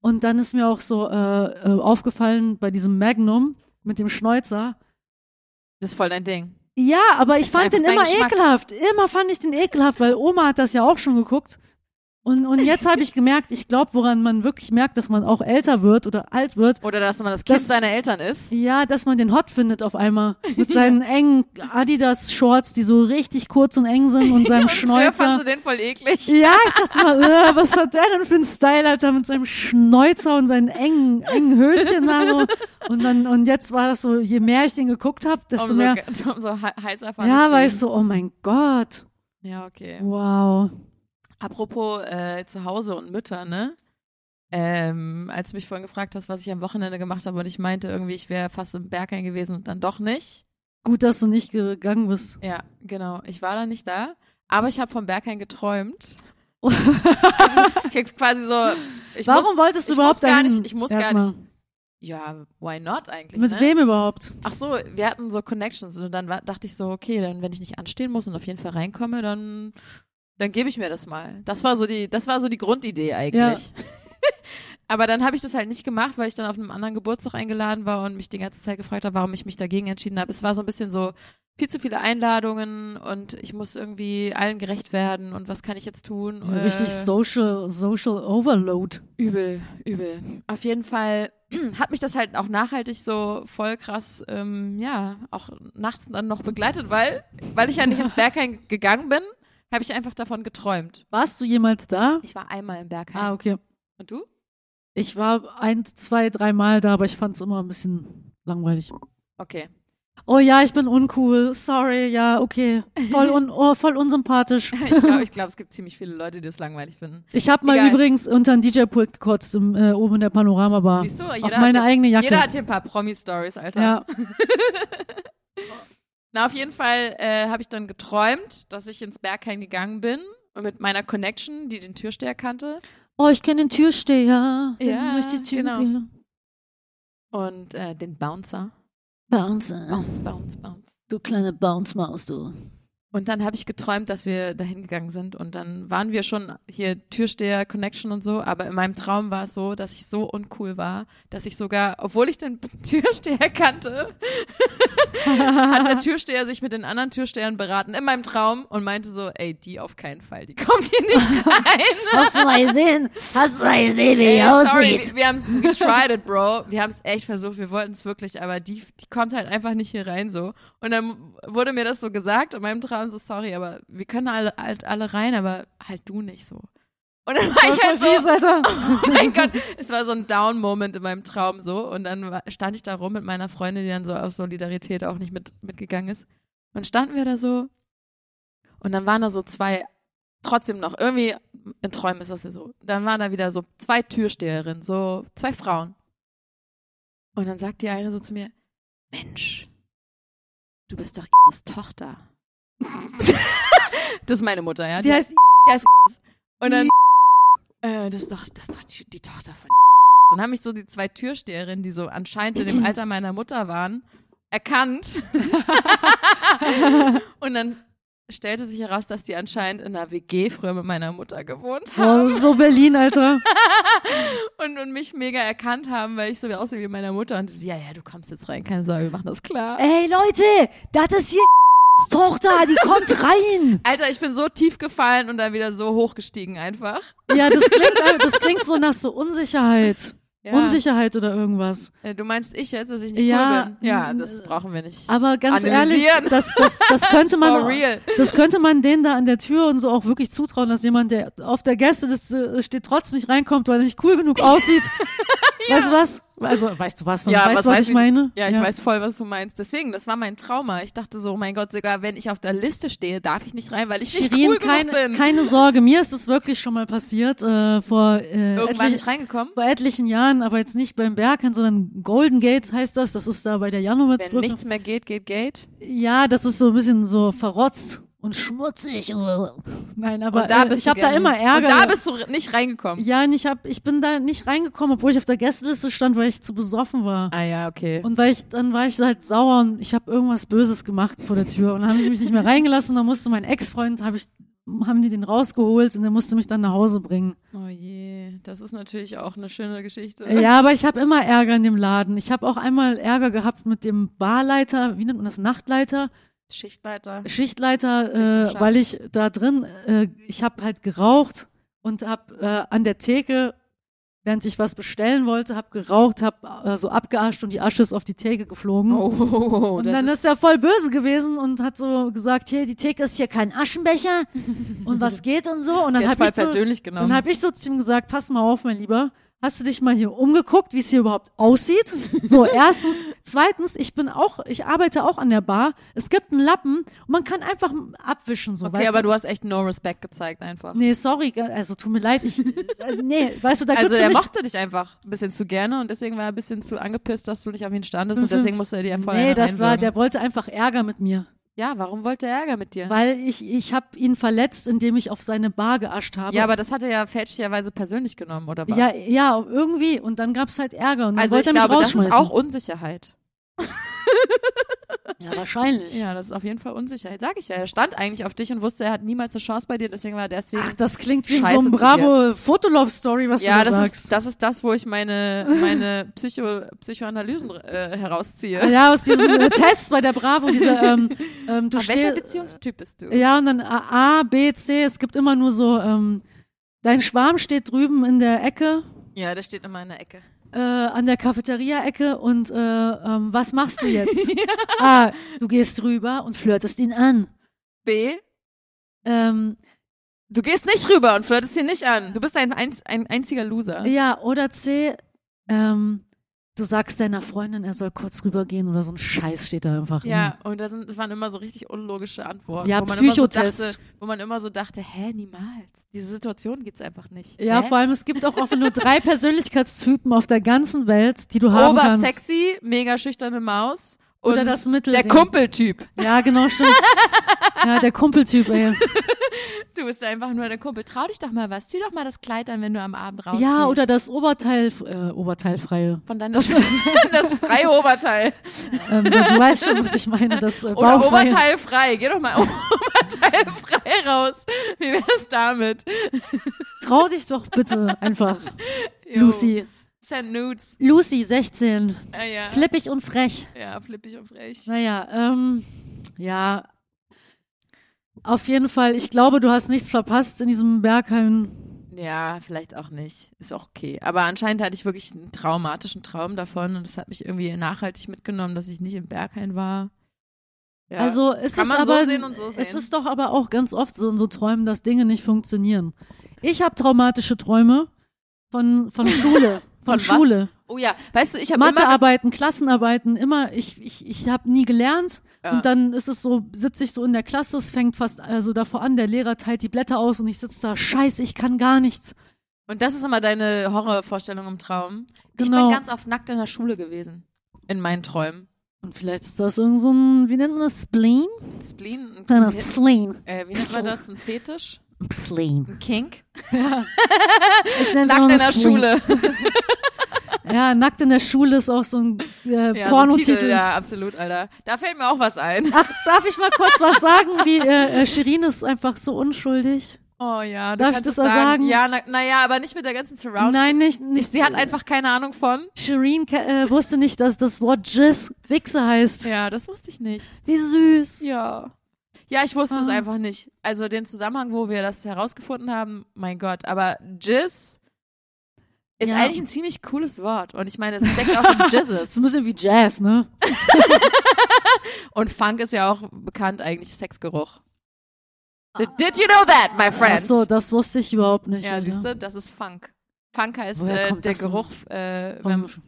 B: Und dann ist mir auch so äh, äh, aufgefallen bei diesem Magnum mit dem Schnäuzer.
A: Das ist voll dein Ding.
B: Ja, aber ich
A: ist
B: fand den
A: einfach
B: immer
A: dein Geschmack.
B: ekelhaft. Immer fand ich den ekelhaft, weil Oma hat das ja auch schon geguckt. Und, und jetzt habe ich gemerkt, ich glaube, woran man wirklich merkt, dass man auch älter wird oder alt wird,
A: Oder dass man das Kind
B: Das-
A: seiner Eltern ist.
B: ja, dass man den hot findet auf einmal. Mit seinen engen Adidas-Shorts, die so richtig kurz und eng sind und seinem
A: Früher fandst
B: Schnäuzer.
A: du den voll eklig. um
B: Ja, ich dachte mal, äh, was hat der denn für einen Style, Alter, mit seinem Schnäuzer und seinen engen, engen Höschen da so. Und dann, und jetzt war das so, je mehr ich den geguckt habe, desto
A: Umso,
B: mehr.
A: ge- um umso he- heißer fand
B: Ja,
A: ich
B: war ich
A: sie.
B: so, oh mein Gott.
A: Ja, okay.
B: Wow.
A: Apropos äh, zu Hause und Mütter, ne? Ähm, als du mich vorhin gefragt hast, was ich am Wochenende gemacht habe und ich meinte irgendwie, ich wäre fast im Berghain gewesen und dann doch nicht.
B: Gut, dass du nicht gegangen bist.
A: Ja, genau. Ich war dann nicht da, aber ich habe vom Berghain geträumt.
B: Oh.
A: also ich, ich hab quasi so. Ich
B: Warum
A: muss,
B: wolltest du
A: ich
B: überhaupt
A: muss gar
B: dahin?
A: nicht- ich muss gar
B: Erstmal.
A: Ja, why not eigentlich?
B: Mit
A: ne?
B: wem überhaupt?
A: Ach so, wir hatten so Connections und dann war, dachte ich so, okay, dann wenn ich nicht anstehen muss und auf jeden Fall reinkomme, dann dann gebe ich mir das mal. Das war so die das war so die Grundidee eigentlich. Aber dann habe ich das halt nicht gemacht, weil ich dann auf einem anderen Geburtstag eingeladen war und mich die ganze Zeit gefragt habe, warum ich mich dagegen entschieden habe. Es war so ein bisschen so viel zu viele Einladungen und ich muss irgendwie allen gerecht werden und was kann ich jetzt tun?
B: Ja, Richtig
A: Äh,
B: Social, Social Overload.
A: Übel, übel. Auf jeden Fall hat mich das halt auch nachhaltig so voll krass, ähm, ja, auch nachts dann noch begleitet, weil, weil ich ja nicht ins Berghain gegangen bin, habe ich einfach davon geträumt.
B: Warst du jemals da?
A: Ich war einmal im Berghain.
B: Ah, okay.
A: Und du?
B: Ich war ein, zwei, dreimal da, aber ich fand es immer ein bisschen langweilig.
A: Okay.
B: Oh ja, ich bin uncool. Sorry, ja, okay. Voll, un, oh, voll unsympathisch.
A: Ich glaube, ich glaub, es gibt ziemlich viele Leute, die das langweilig finden.
B: Ich habe mal
A: Egal.
B: übrigens unter ein DJ-Pult gekotzt im, äh, oben in der Panoramabar.
A: Siehst du, jeder,
B: Ah. Auf meine
A: hat, hier-
B: eigene Jacke.
A: jeder hat hier ein paar Promi-Stories, Alter.
B: ja.
A: Na, auf jeden Fall äh, habe ich dann geträumt, dass ich ins Berghain gegangen bin und mit meiner Connection, die den Türsteher kannte,
B: Oh, ich kenne den Türsteher. Den
A: Ja,
B: durch die Tür.
A: genau. und äh, den Bouncer.
B: Oh.
C: Bounce,
A: Bounce, bounce, bounce.
C: du kleine Bounce-Maus, du.
A: Und dann habe ich geträumt, dass wir dahin gegangen sind und dann waren wir schon hier Türsteher Connection und so, aber in meinem Traum war es so, dass ich so uncool war, dass ich sogar, obwohl ich den Türsteher kannte, hat der Türsteher sich mit den anderen Türstehern beraten in meinem Traum und meinte so, ey, die auf keinen Fall, die kommt hier nicht rein.
C: Hast du mal gesehen? Hast du mal gesehen, wie
A: Ey,
C: die
A: sorry,
C: aussieht?
A: wir, wir haben's, we tried it, bro. Wir haben es echt versucht, wir wollten es wirklich, aber die, die kommt halt einfach nicht hier rein so. Und dann wurde mir das so gesagt in meinem Traum so, sorry, aber wir können alle, halt alle rein, aber halt du nicht so. Und dann war ich
B: Voll
A: halt
B: fies,
A: so,
B: Alter.
A: oh mein Gott, es war so ein Down-Moment in meinem Traum so. Und dann war, stand ich da rum mit meiner Freundin, die dann so aus Solidarität auch nicht mit, mitgegangen ist. Und standen wir da so. Und dann waren da so zwei, trotzdem noch, irgendwie in Träumen ist das ja so. Dann waren da wieder so zwei Türsteherinnen, so zwei Frauen. Und dann sagt die eine so zu mir, Mensch, du bist doch ihres Tochter. das ist meine Mutter, ja.
B: Die heißt
A: Und dann, äh, das ist doch, das ist doch die, die Tochter von. Dann haben mich so die zwei Türsteherinnen, die so anscheinend in dem Alter meiner Mutter waren, erkannt. Und dann stellte sich heraus, dass die anscheinend in einer WG früher mit meiner Mutter gewohnt haben
B: Oh, so Berlin, Alter.
A: und, und mich mega erkannt haben, weil ich so aussehe wie meiner Mutter. Und sie so, ja, ja, du kommst jetzt rein, keine Sorge, wir machen das klar.
C: Ey, Leute, das ist hier Tochter, die kommt rein.
A: Alter, ich bin so tief gefallen und dann wieder so hochgestiegen einfach.
B: Ja, das klingt, äh, das klingt so nach so Unsicherheit.
A: Ja.
B: Unsicherheit oder irgendwas.
A: Äh, Du meinst ich jetzt, dass ich nicht
B: Ja,
A: cool bin? Ja, Mhm.
B: mm,
A: das brauchen wir nicht.
B: Aber ganz ehrlich,
A: Analysieren.
B: das, das, das könnte man,
A: For real.
B: das könnte man denen da an der Tür und so auch wirklich zutrauen, dass jemand, der auf der Gästeliste steht, trotzdem nicht reinkommt, weil er nicht cool genug aussieht. Weißt du was? Also, weißt du was? Von,
A: Ja,
B: weißt
A: was
B: du, was
A: weiß
B: ich
A: ich-
B: meine?
A: Ja, ich weiß voll, was du meinst. Deswegen, das war mein Trauma. Ich dachte so, oh mein Gott, sogar wenn ich auf der Liste stehe, darf ich nicht rein, weil ich nicht
B: Shirin,
A: cool
B: keine,
A: genug bin.
B: keine Sorge, mir ist es wirklich schon mal passiert, äh, vor, äh,
A: Irgendwann
B: etlichen,
A: nicht reingekommen.
B: vor etlichen Jahren, aber jetzt nicht beim Berghain, sondern Golden Gates heißt das, das ist da bei der
A: Wenn
B: Janowitzbrücke.
A: nichts mehr geht, geht Gate.
B: Ja, das ist so ein bisschen so verrotzt und schmutzig. Nein, aber
A: Und da
B: äh,
A: bist
B: ich
A: du
B: habe da
A: gerne.
B: immer Ärger.
A: Und da bist du nicht reingekommen.
B: ja, und ich, hab, ich bin da nicht reingekommen, obwohl ich auf der Gästeliste stand, weil ich zu besoffen war.
A: Ah ja, okay.
B: Und weil ich, dann war ich halt sauer und ich habe irgendwas Böses gemacht vor der Tür. Und dann haben sie mich nicht mehr reingelassen. Dann musste mein Ex-Freund, hab ich, haben die den rausgeholt und der musste mich dann nach Hause bringen.
A: oh je, das ist natürlich auch eine schöne Geschichte.
B: Ja, aber ich habe immer Ärger in dem Laden. Ich habe auch einmal Ärger gehabt mit dem Barleiter, wie nennt man das, Nachtleiter,
A: Schichtleiter.
B: Schichtleiter, äh,
A: Schichtbeschaffer.
B: weil ich da drin, äh, ich habe halt geraucht und habe äh, an der Theke, während ich was bestellen wollte, habe geraucht, habe äh, so abgeascht und die Asche ist auf die Theke geflogen.
A: Oh,
B: Und
A: das
B: dann
A: ist
B: ist er voll böse gewesen und hat so gesagt, hier, die Theke ist hier kein Aschenbecher und was geht und so. Und dann
A: jetzt
B: habe
A: mal
B: ich, so,
A: persönlich genommen.
B: dann hab ich so zu ihm gesagt, pass mal auf, mein Lieber, hast du dich mal hier umgeguckt, wie es hier überhaupt aussieht? So, erstens. Zweitens, ich bin auch, ich arbeite auch an der Bar. Es gibt einen Lappen und man kann einfach abwischen, so,
A: okay,
B: weißt
A: aber
B: du.
A: du hast echt no respect gezeigt einfach.
B: Nee, sorry, ge- also tut mir leid, ich, äh, nee, weißt du, da
A: Also
B: gibt's
A: er
B: nicht
A: mochte dich einfach ein bisschen zu gerne und deswegen war er ein bisschen zu angepisst, dass du nicht auf ihn standest und
B: Fünf,
A: deswegen musste er dir voll
B: Mhm. Nee,
A: eine
B: das war,
A: reinwürgen.
B: der wollte einfach Ärger mit mir.
A: Ja, warum wollte er Ärger mit dir?
B: Weil ich, ich habe ihn verletzt, indem ich auf seine Bar geascht habe.
A: ja, aber das hat er ja fälschlicherweise persönlich genommen, oder was?
B: Ja, ja, irgendwie. Und dann gab's halt Ärger und dann
A: also ich
B: wollte er mich
A: glaube, das
B: rausschmeißen.
A: ist auch Unsicherheit.
B: ja, wahrscheinlich.
A: Ja, das ist auf jeden Fall Unsicherheit, sag ich ja. Er stand eigentlich auf dich und wusste, er hat niemals eine Chance bei dir, deswegen war er deswegen.
B: Ach, das klingt wie in so
A: Scheiße
B: einem
A: zu
B: Bravo-Fotolove-Story, was
A: ja,
B: du da
A: das
B: sagst.
A: ist, das ist das, wo ich meine, meine Psycho, Psychoanalysen äh, herausziehe.
B: ja, aus diesem äh, Test bei der Bravo, diese, ähm, ähm, du
A: Aber welcher
B: stehst,
A: Beziehungstyp bist du?
B: ja, und dann A, A, B, C, es gibt immer nur so, ähm, dein Schwarm steht drüben in der Ecke,
A: Ja, der steht immer in der Ecke.
B: äh, an der Cafeteria-Ecke und äh, ähm, was machst du jetzt? A, du gehst rüber und flirtest ihn an.
A: B.
B: Ähm,
A: Du gehst nicht rüber und flirtest hier nicht an. Du bist ein, einz- ein einziger Loser.
B: Ja, oder C, ähm, du sagst deiner Freundin, er soll kurz rübergehen oder so ein Scheiß steht da einfach. ne?
A: Ja, und das, sind, das waren immer so richtig unlogische Antworten.
B: Ja,
A: wo man immer so
B: Psychotests.
A: dachte- Wo man immer so dachte, hä, niemals. Diese Situation gibt's einfach nicht.
B: immer. Ja,
A: hä?
B: vor allem, es gibt auch offen nur drei Persönlichkeitstypen auf der ganzen Welt, die du haben kannst.
A: Obersexy, mega schüchterne Maus und
B: Oder das Mittel.
A: der Kumpeltyp.
B: Ja, genau, stimmt. ja, der Kumpeltyp, ey.
A: Du bist einfach nur der Kumpel. Trau dich doch mal was. Zieh doch mal das Kleid an, wenn du am Abend rausgehst.
B: Ja, oder das Oberteil, äh, Oberteilfreie.
A: von deinem das, das freie Oberteil.
B: Ähm, du weißt schon, was ich meine, das äh,
A: Oder
B: Bauchfreie.
A: Oberteil frei. Geh doch mal Oberteil frei raus. Wie wär's damit?
B: Trau dich doch bitte einfach,
A: Jo.
B: Lucy.
A: Send Nudes.
B: Lucy, 16.
A: Ah, ja.
B: Flippig und frech.
A: ja, flippig und frech.
B: Naja, ähm, ja. Auf jeden Fall, ich glaube, du hast nichts verpasst in diesem Berghain.
A: Ja, vielleicht auch nicht. Ist auch okay. Aber anscheinend hatte ich wirklich einen traumatischen Traum davon und das hat mich irgendwie nachhaltig mitgenommen, dass ich nicht im Berghain war. Ja.
B: Also ist
A: Kann
B: es
A: man so
B: aber,
A: sehen und so
B: ist
A: sehen.
B: es doch aber auch ganz oft so in so Träumen, dass Dinge nicht funktionieren. Ich habe traumatische Träume von von Schule, von,
A: Von was?
B: Schule,
A: oh ja, weißt du, ich habe immer
B: Mathearbeiten, Klassenarbeiten, immer. Ich ich ich habe nie gelernt
A: Ja.
B: und dann ist es so, sitze ich so in der Klasse, es fängt fast also davor an, der Lehrer teilt die Blätter aus und ich sitze da, Scheiße, ich kann gar nichts.
A: Und das ist immer deine Horrorvorstellung im Traum. Ich
B: Genau.
A: bin ganz oft nackt in der Schule gewesen. In meinen Träumen.
B: Und vielleicht ist das irgend so ein, wie nennt man das, Spleen?
A: Ein Spleen, ein
C: Kleiner
A: Fe-
C: Psleen.
A: äh, wie nennt man das? Ein Fetisch?
C: Psleen.
A: Ein Kink?
B: Ich nenn's
A: Nackt
B: immer nur
A: in
B: Spleen.
A: der Schule.
B: Ja, nackt in der Schule ist auch so ein äh,
A: Ja, so ein
B: Pornotitel.
A: Titel, ja, absolut, Alter. Da fällt mir auch was ein.
B: Ach, darf ich mal kurz was sagen? Wie äh, äh, Shirin ist einfach so unschuldig.
A: Oh ja, du
B: Darf ich
A: kannst
B: das
A: es
B: da sagen?
A: Ja, naja, na ja, aber nicht mit der ganzen Surround.
B: Nein, nicht,
A: Ich,
B: nicht.
A: sie hat einfach keine Ahnung von.
B: Shirin ke- äh, wusste nicht, dass das Wort Jizz Wichse heißt.
A: Ja, das wusste ich nicht.
B: Wie süß.
A: Ja. Ja, ich wusste es
B: Ah.
A: einfach nicht. Also den Zusammenhang, wo wir das herausgefunden haben, mein Gott. Aber Jizz ist
B: Ja.
A: eigentlich ein ziemlich cooles Wort. Und ich meine, es steckt auch in
B: So ein
A: Jizzes.
B: bisschen wie Jazz, ne?
A: Und Funk ist ja auch bekannt eigentlich, Sexgeruch. Did you know that, my friend?
B: Ach so, das wusste ich überhaupt nicht.
A: ja,
B: Alter.
A: siehst du, das ist Funk. Funk heißt
C: Woher
A: äh,
C: kommt
A: der
C: das denn?
A: Geruch, äh, wenn,
B: Vom,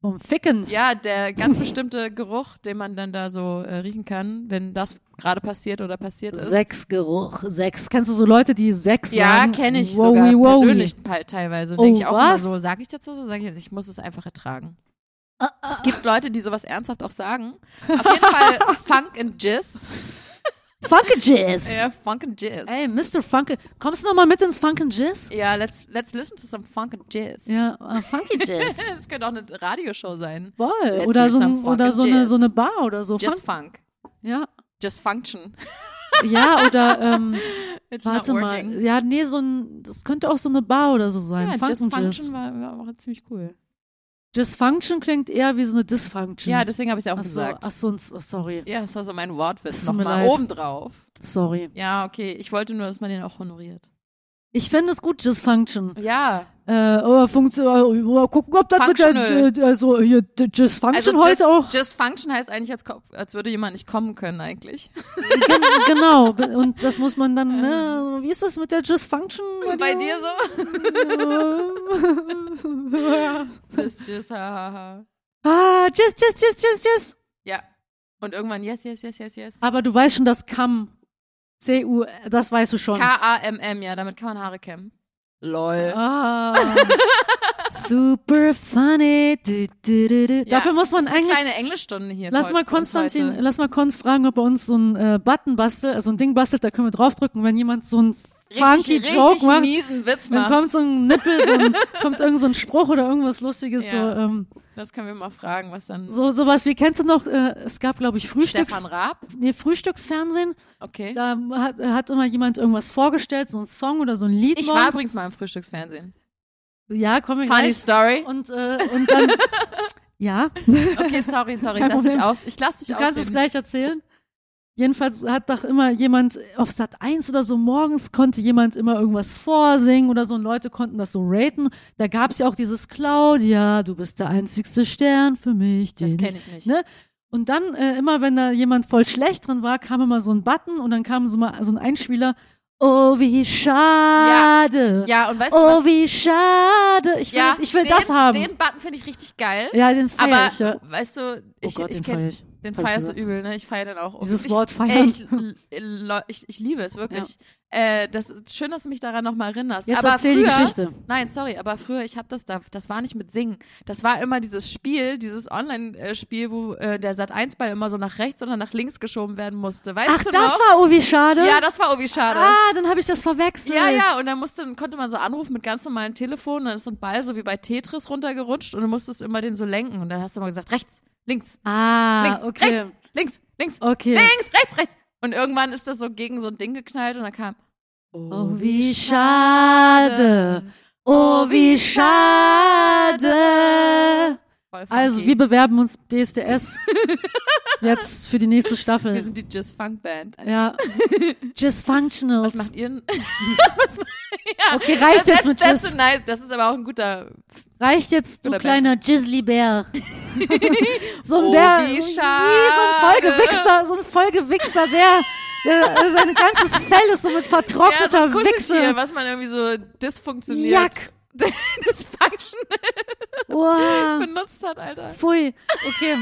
B: vom Ficken.
A: ja, der ganz bestimmte Geruch, den man dann da so äh, riechen kann, wenn das gerade passiert oder passiert ist.
C: Sexgeruch, Sex.
B: Kennst du so Leute, die Sex
A: Ja,
B: sagen?
A: kenne ich
B: Wowie,
A: sogar
B: wowie.
A: persönlich te- teilweise. Und
B: Oh,
A: denke ich auch
B: was?
A: immer so, sage ich dazu so, sage ich, ich muss es einfach ertragen.
B: Ah,
A: Es gibt Leute, die sowas ernsthaft auch sagen. Auf jeden Fall Funk and Jizz.
C: Funky Jizz.
A: Ja, Funk and Jizz.
B: Ey, Mr. Funke, kommst du noch mal mit ins Funken Jizz?
A: Ja, let's, let's listen to some Funk and Jizz.
B: Ja, äh, Funky Jizz.
A: Es könnte auch eine Radioshow sein.
B: Voll.
A: Let's
B: Oder
A: do
B: so,
A: some
B: ein- oder
A: funkin'
B: so, eine,
A: jizz.
B: so eine Bar oder so.
A: Just
B: Fun-
A: Funk.
B: ja.
A: Just Function.
B: ja, oder ähm,
A: It's
B: warte
A: not
B: mal.
A: working.
B: Ja, nee, so ein, das könnte auch so eine Bar oder so sein.
A: Ja,
B: Funken
A: Just Function
B: Jizz.
A: war, war auch ziemlich cool.
B: Dysfunction klingt eher wie so eine Dysfunction.
A: Ja, deswegen habe ich es auch
B: ach so,
A: gesagt.
B: ach so, n- oh, sorry,
A: Ja, das war so mein Wortwitz
B: Tut mir
A: nochmal
B: leid.
A: obendrauf.
B: sorry.
A: Ja, okay. Ich wollte nur, dass man den auch honoriert.
B: Ich fände es gut, Dysfunction.
A: Ja,
B: Äh, oh, Funktion, oh, oh, gucken, ob das mit der,
A: Functional.
B: äh, also hier, D-
A: also
B: Dysfunction
A: just,
B: heute auch.
A: just Function heißt eigentlich, als, ko- als würde jemand nicht kommen können eigentlich.
B: Gen genau, be- und das muss man dann, ne, wie ist das mit der Dysfunction?
A: Bei dir so?
B: Äh,
A: Just, just, ha, ha, ha.
B: ah, Jizz, Jizz, Jizz, Jizz, Jizz.
A: Ja. Und irgendwann yes, yes, yes, yes, yes.
B: Aber du weißt schon, das Kamm, C-U, das weißt du schon.
A: K-A-M-M, ja, damit kann man Haare kämmen. Lol.
B: Ah. Super funny. Du, du, du, du. Dafür muss man
A: das ist eine
B: eigentlich.
A: Kleine Englischstunde hier.
B: Lass
A: für
B: mal
A: heute- für uns
B: Konstantin,
A: heute.
B: lass mal Konz fragen, ob er uns so ein äh, Button bastelt, also ein Ding bastelt, da können wir draufdrücken. Wenn jemand so ein funky
A: Richtig,
B: Joke
A: richtig
B: macht,
A: miesen Witz
B: dann
A: macht.
B: kommt so ein Nippel, so ein, kommt irgend so ein Spruch oder irgendwas Lustiges,
A: Ja.
B: so, ähm,
A: Das können wir mal fragen, was dann.
B: so sowas wie kennst du noch? Äh, es gab glaube ich Frühstücks,
A: Stefan Raab?
B: nee, Frühstücksfernsehen.
A: Okay.
B: Da hat, hat immer jemand irgendwas vorgestellt, so ein Song oder so ein Lied.
A: Ich war
B: morgens.
A: übrigens mal im Frühstücksfernsehen.
B: ja, kommen wir
A: Funny
B: gleich.
A: Story.
B: Und äh, und dann ja.
A: Okay, sorry,
B: Kein
A: sorry, ich lass dich
B: Problem.
A: aus. Ich lass dich
B: Du
A: aus.
B: kannst es gleich erzählen. Jedenfalls hat doch immer jemand auf Sat 1 oder so morgens konnte jemand immer irgendwas vorsingen oder so und Leute konnten das so raten. Da gab es ja auch dieses Claudia, du bist der einzigste Stern für mich.
A: Das
B: Den
A: kenne ich nicht.
B: Ne? Und dann äh, immer, wenn da jemand voll schlecht drin war, kam immer so ein Button und dann kam so, mal, so ein Einspieler. Oh, wie schade.
A: Ja, und weißt du
B: oh,
A: was?
B: wie schade. Ich will,
A: ja,
B: ich will
A: den,
B: das haben.
A: Den Button finde ich richtig geil.
B: ja, den
A: aber
B: feier ich. Ja.
A: weißt du,
B: Oh
A: ich,
B: Gott,
A: ich
B: den
A: kenn,
B: feier ich.
A: den
B: Hab ich
A: feierst du
B: gesagt.
A: übel, ne? Ich feier den auch. um.
B: Dieses
A: ich,
B: Wort
A: Ey,
B: feiern.
A: ich, l- l- ich, ich liebe es wirklich. Äh, das ist schön, dass du mich daran nochmal erinnerst.
B: Jetzt
A: aber
B: erzähl
A: früher,
B: die Geschichte.
A: Nein, sorry, aber früher, ich habe das da, das war nicht mit Singen. Das war immer dieses Spiel, dieses Online-Spiel, wo äh, der Sat1-Ball immer so nach rechts oder nach links geschoben werden musste. Weißt
B: Ach,
A: du
B: das
A: noch?
B: war oh, wie schade.
A: ja, das war irgendwie schade.
B: Ah, dann habe ich das verwechselt.
A: Ja, ja, und dann musste, dann konnte man so anrufen mit ganz normalem Telefon, dann ist so ein Ball so wie bei Tetris runtergerutscht und du musstest immer den so lenken und dann hast du immer gesagt, rechts, links,
B: Ah,
A: links,
B: okay.
A: rechts, links, links,
B: Okay.
A: links, rechts, rechts. Und irgendwann ist das so gegen so ein Ding geknallt und dann kam,
B: Oh, wie schade. Oh, wie schade.
A: voll funky.
B: Also, wir bewerben uns DSDS jetzt für die nächste
A: wir
B: Staffel.
A: sind die Just Funk Band.
B: Ja. Just
A: Was
B: Functionals.
A: macht ihr denn?
B: Okay, reicht Also jetzt
A: Das,
B: mit
A: das, ist
B: Jizz.
A: nice. das ist aber auch ein guter,
B: Reicht jetzt, du
A: Oder Bär.
B: kleiner Jizzly Bär. so ein
A: Oh,
B: Bär.
A: wie
B: Ui,
A: schade.
B: So ein Vollgewichser, so ein Vollgewichser Bär. Der- der- Sein ganzes Fell ist so mit
A: ja, so
B: vertrockneter
A: ein
B: Wichse.
A: Kuscheltier, was man irgendwie so dysfunktioniert.
B: Jack.
A: Dysfunction
B: Wow.
A: benutzt hat, Alter.
B: Pfui. Okay.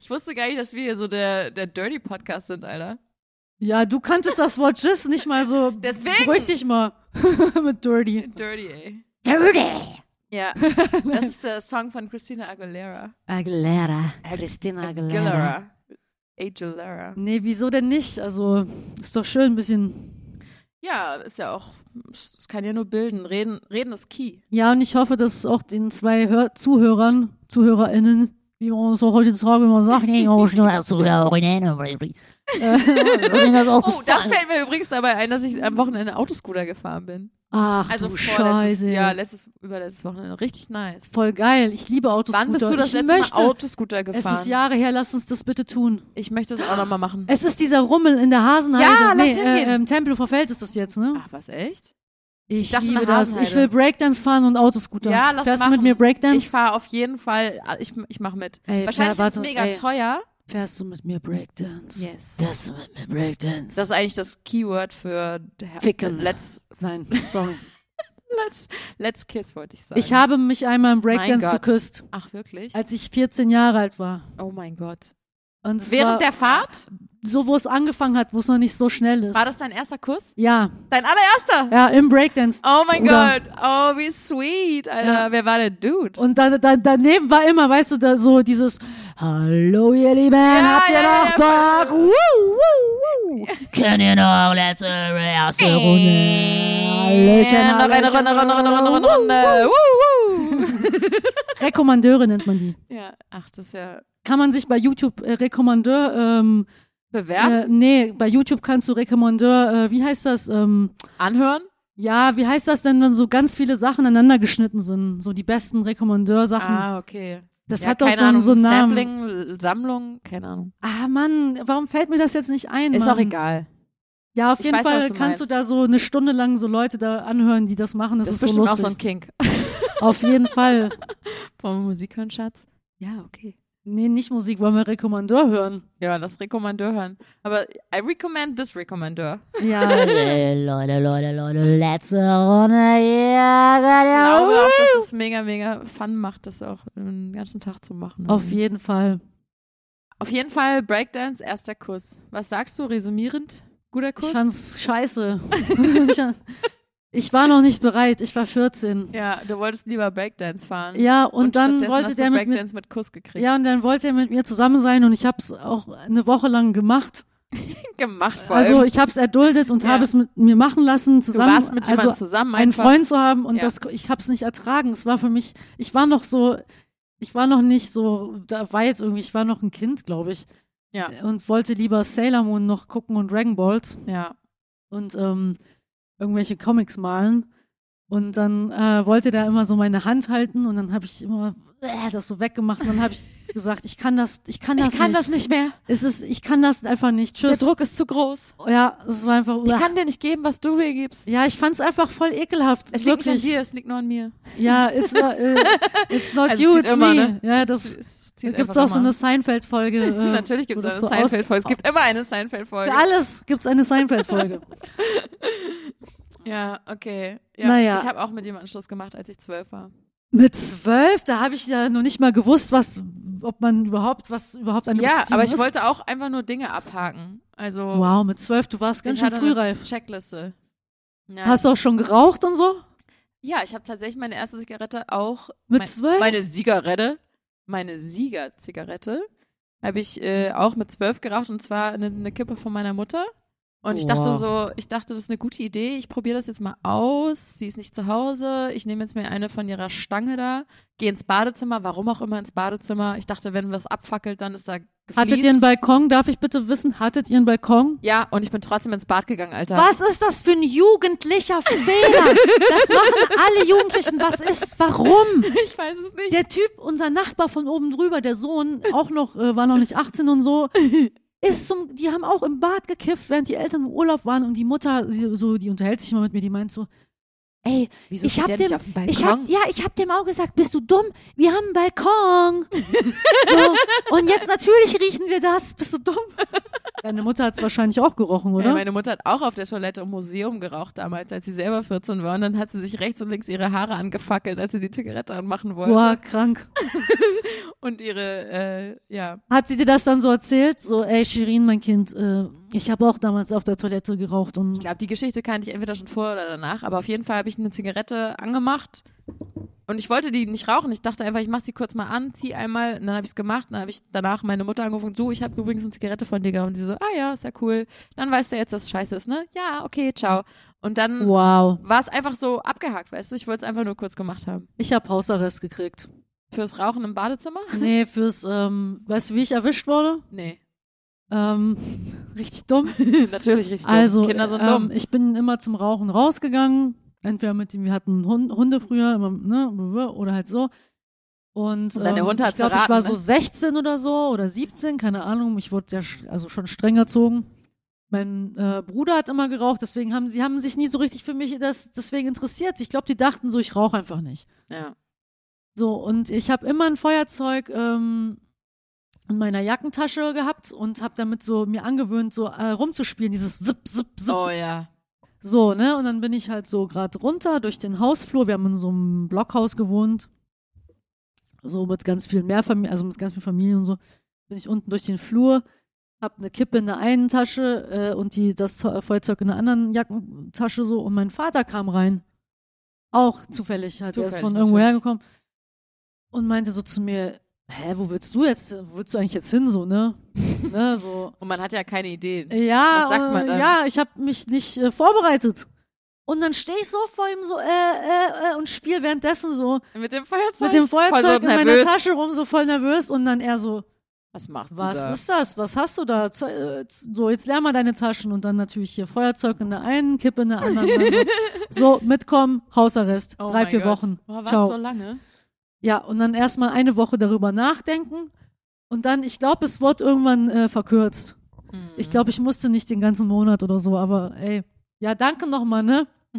A: Ich wusste gar nicht, dass wir hier so der, der Dirty Podcast sind, Alter.
B: Ja, du kanntest das Wort Jizz nicht mal so.
A: Deswegen.
B: Beruhig dich mal. Mit Dirty.
A: Dirty, ey.
C: Dirty.
A: Ja. Das ist der Song von Christina Aguilera.
C: Aguilera. Christina Aguilera.
A: Aguilera. Aguilera.
B: Nee, wieso denn nicht? Also, ist doch schön, ein bisschen.
A: Ja, ist ja auch, es es kann ja nur bilden. Reden, reden ist key.
B: Ja, und ich hoffe, dass es auch den zwei Hör Zuhörern, ZuhörerInnen, wie man so heutzutage immer sagt,
C: Nee, oh, Schnurrer, Zuhörer, nee, nee, nee, nee. Das ist das auch
A: Oh, das
C: gefallen.
A: fällt mir übrigens dabei ein, dass ich am Wochenende Autoscooter gefahren bin.
B: Ach,
A: Mhm. Also
B: du
A: vorletztes,
B: Scheiße.
A: ja, letztes, überletztes Wochenende. Richtig nice.
B: Voll geil. Ich liebe Autoscooter.
A: Wann bist du das
B: ich
A: letzte
B: möchte,
A: Mal Autoscooter
B: Es
A: gefahren?
B: ist Jahre her, lass uns das bitte tun.
A: Ich möchte das auch nochmal machen.
B: Es ist dieser Rummel in der Hasenheide.
A: Ja, lass
B: nee,
A: hingehen.
B: äh, im Tempelhofer Feld ist das jetzt, ne?
A: Ach, was, echt?
B: Ich
A: dachte,
B: liebe
A: eine
B: das. Ich
A: Hasenheide.
B: will Breakdance fahren und Autoscooter.
A: Ja, lass
B: Fährst
A: machen.
B: du mit mir
A: Ich
B: Breakdance?
A: fahre auf jeden Fall, ich, ich mache mit.
B: Ey,
A: Wahrscheinlich
B: fahr-
A: ist es
B: warte,
A: mega
B: ey.
A: teuer.
B: Fährst du mit mir Breakdance?
A: Yes.
C: Fährst du mit mir Breakdance?
A: Das ist eigentlich das Keyword für der-
C: Ficken.
A: Let's
B: Nein, sorry.
A: Let's, let's kiss, wollte ich sagen.
B: ich habe mich einmal im Breakdance
A: Mein Gott.
B: geküsst,
A: Ach, wirklich?
B: als ich 14 Jahre alt war.
A: oh mein Gott.
B: Und es war
A: Während der Fahrt?
B: so, wo es angefangen hat, wo es noch nicht so schnell ist.
A: War das dein erster Kuss?
B: Ja,
A: Dein allererster?
B: ja, im Breakdance.
A: Oh mein
B: Bruder.
A: Gott. Oh, wie sweet, Alter.
B: Ja.
A: Wer war der Dude?
B: Und da, da, daneben war immer, weißt du, da so dieses Hallo ihr Lieben, habt ihr
A: ja, ja,
B: noch Bock? Wuh, wuh, wuh.
C: Können ihr noch letzte erste
B: Eine Runde. Hallöchen,
A: Ja, Äh, noch eine
B: Hallöchen.
A: Runde, Runde, Runde, Runde, Runde, Runde. Wuh, wuh.
B: Rekommandeure nennt man die.
A: Ja, ach, das ist ja
B: Kann man sich bei YouTube äh, Rekommandeur, ähm,
A: bewerben,
B: äh, nee, bei YouTube kannst du Rekommandeur, äh, wie heißt das, ähm,
A: anhören.
B: ja, wie heißt das denn, wenn so ganz viele Sachen aneinander geschnitten sind? So die besten Rekommandeur-Sachen.
A: Ah, okay.
B: das
A: ja,
B: hat doch
A: keine
B: so, einen-
A: Ahnung,
B: so einen Namen.
A: Sampling, Sammlung, keine Ahnung.
B: Ah, Mann, warum fällt mir das jetzt nicht ein?
A: Ist
B: Mann?
A: auch egal.
B: Ja, auf
A: Ich
B: jeden
A: weiß, was
B: Fall
A: du
B: kannst du
A: meinst.
B: da so eine Stunde lang so Leute da anhören, die das machen. Das,
A: Das, ist
B: ist so
A: bestimmt auch
B: lustig.
A: so ein Kink.
B: auf jeden Fall.
A: Vom Musik hören, Schatz? Ja, okay.
B: Nee, nicht Musik, wollen wir Rekommandeur hören.
A: Ja, das Rekommandeur hören. Aber I recommend this Rekommandeur.
B: Ja.
C: Leute, Leute, Leute, letzte Runde. Ja,
A: Ich
C: ja,
A: glaube auch, dass es mega, mega Fun macht, das auch den ganzen Tag zu machen.
B: auf jeden Fall.
A: Auf jeden Fall Breakdance, erster Kuss. Was sagst du, resümierend? Guter Kuss?
B: Ich fand's scheiße. ich war noch nicht bereit, ich war 14.
A: ja, du wolltest lieber Breakdance fahren.
B: Ja, und, dann
A: stattdessen
B: wollte
A: hast
B: der
A: du
B: mit mir,
A: Breakdance mit Kuss gekriegt.
B: ja, und dann wollte er mit mir zusammen sein und ich hab's auch eine Woche lang gemacht.
A: Gemacht vor
B: Also,
A: allem.
B: ich hab's erduldet und
A: Ja.
B: habe es mit mir machen lassen,
A: Du
B: zusammen
A: warst mit jemandem
B: also
A: zusammen
B: einen
A: einfach.
B: Freund zu haben und
A: Ja.
B: das ich hab's nicht ertragen. Es war für mich, ich war noch so ich war noch nicht so, da war jetzt irgendwie, ich war noch ein Kind, glaube ich.
A: Ja.
B: Und wollte lieber Sailor Moon noch gucken und Dragon Balls.
A: Ja.
B: und ähm, irgendwelche Comics malen. Und dann äh, wollte der immer so meine Hand halten und dann habe ich immer äh, das so weggemacht und dann habe ich gesagt, ich kann das, Also ich kann das
A: Ich kann
B: nicht.
A: das nicht mehr.
B: Es ist, ich kann das einfach nicht.
A: Der
B: Tschüss.
A: Druck ist zu groß.
B: Ja, es war einfach.
A: Ich kann dir nicht geben, was du mir gibst.
B: ja, ich fand's einfach voll ekelhaft.
A: es liegt
B: wirklich.
A: nicht an dir, es liegt nur an mir.
B: Ja, it's not, äh, it's not
A: Also
B: you,
A: zieht
B: it's
A: immer,
B: me.
A: ne?
B: Ja, das
A: Es- es zieht
B: da gibt's
A: einfach
B: auch so
A: immer.
B: eine Seinfeld-Folge. Äh,
A: Natürlich gibt es
B: wo das
A: eine
B: so aus- Oh.
A: Seinfeld-Folge. Es gibt immer eine Seinfeld-Folge.
B: Für alles gibt's eine Seinfeld-Folge.
A: Ja, okay. Ja,
B: Naja.
A: Ich habe auch mit jemandem Schluss gemacht, als ich zwölf war.
B: Mit zwölf, da habe ich ja noch nicht mal gewusst, was, ob man überhaupt, was überhaupt eine
A: ja,
B: Beziehung
A: aber ich
B: ist.
A: wollte auch einfach nur Dinge abhaken. Also
B: Wow, mit zwölf, du warst ganz
A: ich
B: schön
A: hatte eine
B: frühreif.
A: Checkliste. Ja,
B: Hast du auch schon geraucht und so?
A: ja ich habe tatsächlich meine erste Zigarette auch.
B: Mit
A: mein,
B: zwölf?
A: Meine Siegerette, meine Siegerzigarette, habe ich äh, auch mit zwölf geraucht und zwar eine, eine Kippe von meiner Mutter. Und ich dachte so, ich dachte, das ist eine gute Idee. Ich probiere das jetzt mal aus. Sie ist nicht zu Hause. Ich nehme jetzt mir eine von ihrer Stange da, gehe ins Badezimmer, warum auch immer ins Badezimmer. Ich dachte, wenn was abfackelt, dann ist da gefliest.
B: Hattet ihr einen Balkon? Darf ich bitte wissen, hattet ihr einen Balkon?
A: Ja, und ich bin trotzdem ins Bad gegangen, Alter.
C: Was ist das für ein jugendlicher Fehler? Das machen alle Jugendlichen. Was ist, warum?
A: Ich weiß es nicht.
B: Der Typ, unser Nachbar von oben drüber, der Sohn, auch noch, äh, war noch nicht 18 und so, ist zum, die haben auch im Bad gekifft, während die Eltern im Urlaub waren und die Mutter, sie, so, die unterhält sich immer mit mir, die meint so, ey,
A: Wieso
C: Ich
A: geht
C: hab
A: der
C: dem-
A: nicht auf den Balkon?
C: Ich hab, ja, ich hab dem auch gesagt, bist du dumm? Wir haben einen Balkon. So, und jetzt natürlich riechen wir das. Bist du dumm?
B: deine Mutter hat's wahrscheinlich auch gerochen, oder?
A: Ja, meine Mutter hat auch auf der Toilette im Museum geraucht damals, als sie selber 14 war. Und dann hat sie sich rechts und links ihre Haare angefackelt, als sie die Zigarette anmachen wollte.
B: Boah, krank.
A: Und ihre, äh, ja.
B: Hat sie dir das dann so erzählt? So, ey, Shirin, mein Kind, äh, ich habe auch damals auf der Toilette geraucht
A: Ich
B: und
A: glaube, die Geschichte kannte ich entweder schon vor oder danach. Aber auf jeden Fall habe ich eine Zigarette angemacht. Und ich wollte die nicht rauchen. Ich dachte einfach, ich mache sie kurz mal an, zieh einmal. Und dann habe ich es gemacht. Und dann habe ich danach meine Mutter angerufen. Du, ich habe übrigens eine Zigarette von dir. gehabt. Und sie so, ah ja, ist ja cool. Dann weißt du jetzt, dass es scheiße ist, ne? Ja, okay, ciao. Und dann
B: wow,
A: war es einfach so abgehakt, weißt du? Ich wollte es einfach nur kurz gemacht haben.
B: ich habe Hausarrest gekriegt.
A: Fürs Rauchen im Badezimmer?
B: Nee, fürs, ähm, weißt du, wie ich erwischt wurde?
A: Nee.
B: Ähm, richtig dumm.
A: Natürlich richtig.
B: Also,
A: Kinder sind
B: ähm,
A: dumm.
B: ich bin immer zum Rauchen rausgegangen. Entweder mit dem, wir hatten Hun- Hunde früher, immer, ne, oder halt so. Und,
A: Und dann der
B: ähm,
A: Hund hat's
B: ich glaube, ich
A: verraten,
B: war
A: ne?
B: so 16 oder so oder 17, keine Ahnung. Ich wurde sehr, sch- also schon streng erzogen. Mein äh, Bruder hat immer geraucht, deswegen haben sie haben sich nie so richtig für mich das deswegen interessiert. Ich glaube, die dachten so, ich rauche einfach nicht.
A: Ja.
B: So, und ich habe immer ein Feuerzeug ähm, in meiner Jackentasche gehabt und habe damit so mir angewöhnt, so äh, rumzuspielen, dieses Zip, Zip, Zip.
A: Oh ja.
B: So, ne? Und dann bin ich halt so gerade runter durch den Hausflur. Wir haben in so einem Blockhaus gewohnt. So mit ganz vielen Mehrfamilien, also mit ganz vielen Familien und so. Bin ich unten durch den Flur, hab eine Kippe in der einen Tasche äh, und die, das Zo- Feuerzeug in der anderen Jackentasche so. Und mein Vater kam rein. Auch zufällig, halt. er ist
A: Zufällig,
B: von irgendwo
A: natürlich.
B: hergekommen. Und meinte so zu mir, hä, wo willst du jetzt, wo willst du eigentlich jetzt hin, so, ne? ne, so.
A: Und man hat ja keine Ideen.
B: Ja,
A: Was sagt man
B: äh,
A: dann?
B: ja, ich habe mich nicht äh, vorbereitet. Und dann stehe ich so vor ihm so äh, äh, äh, und spiele währenddessen so
A: Mit dem Feuerzeug.
B: mit dem Feuerzeug
A: voll so
B: in meiner
A: nervös.
B: Tasche rum, so voll nervös. Und dann er so,
A: Was macht
B: was
A: du da?
B: ist das? Was hast du da? Ze- äh, z- So, jetzt leer mal deine Taschen. Und dann natürlich hier Feuerzeug in der einen, Kippe in der anderen. Also so, so, mitkommen, Hausarrest.
A: Oh
B: drei,
A: mein
B: vier
A: Gott.
B: Wochen.
A: Boah, was
B: Ciao.
A: so lange?
B: Ja, und dann erstmal eine Woche darüber nachdenken. Und dann, ich glaube, es wurde irgendwann äh, verkürzt.
A: Hm.
B: Ich glaube, ich musste nicht den ganzen Monat oder so, aber ey. Ja, danke nochmal, ne?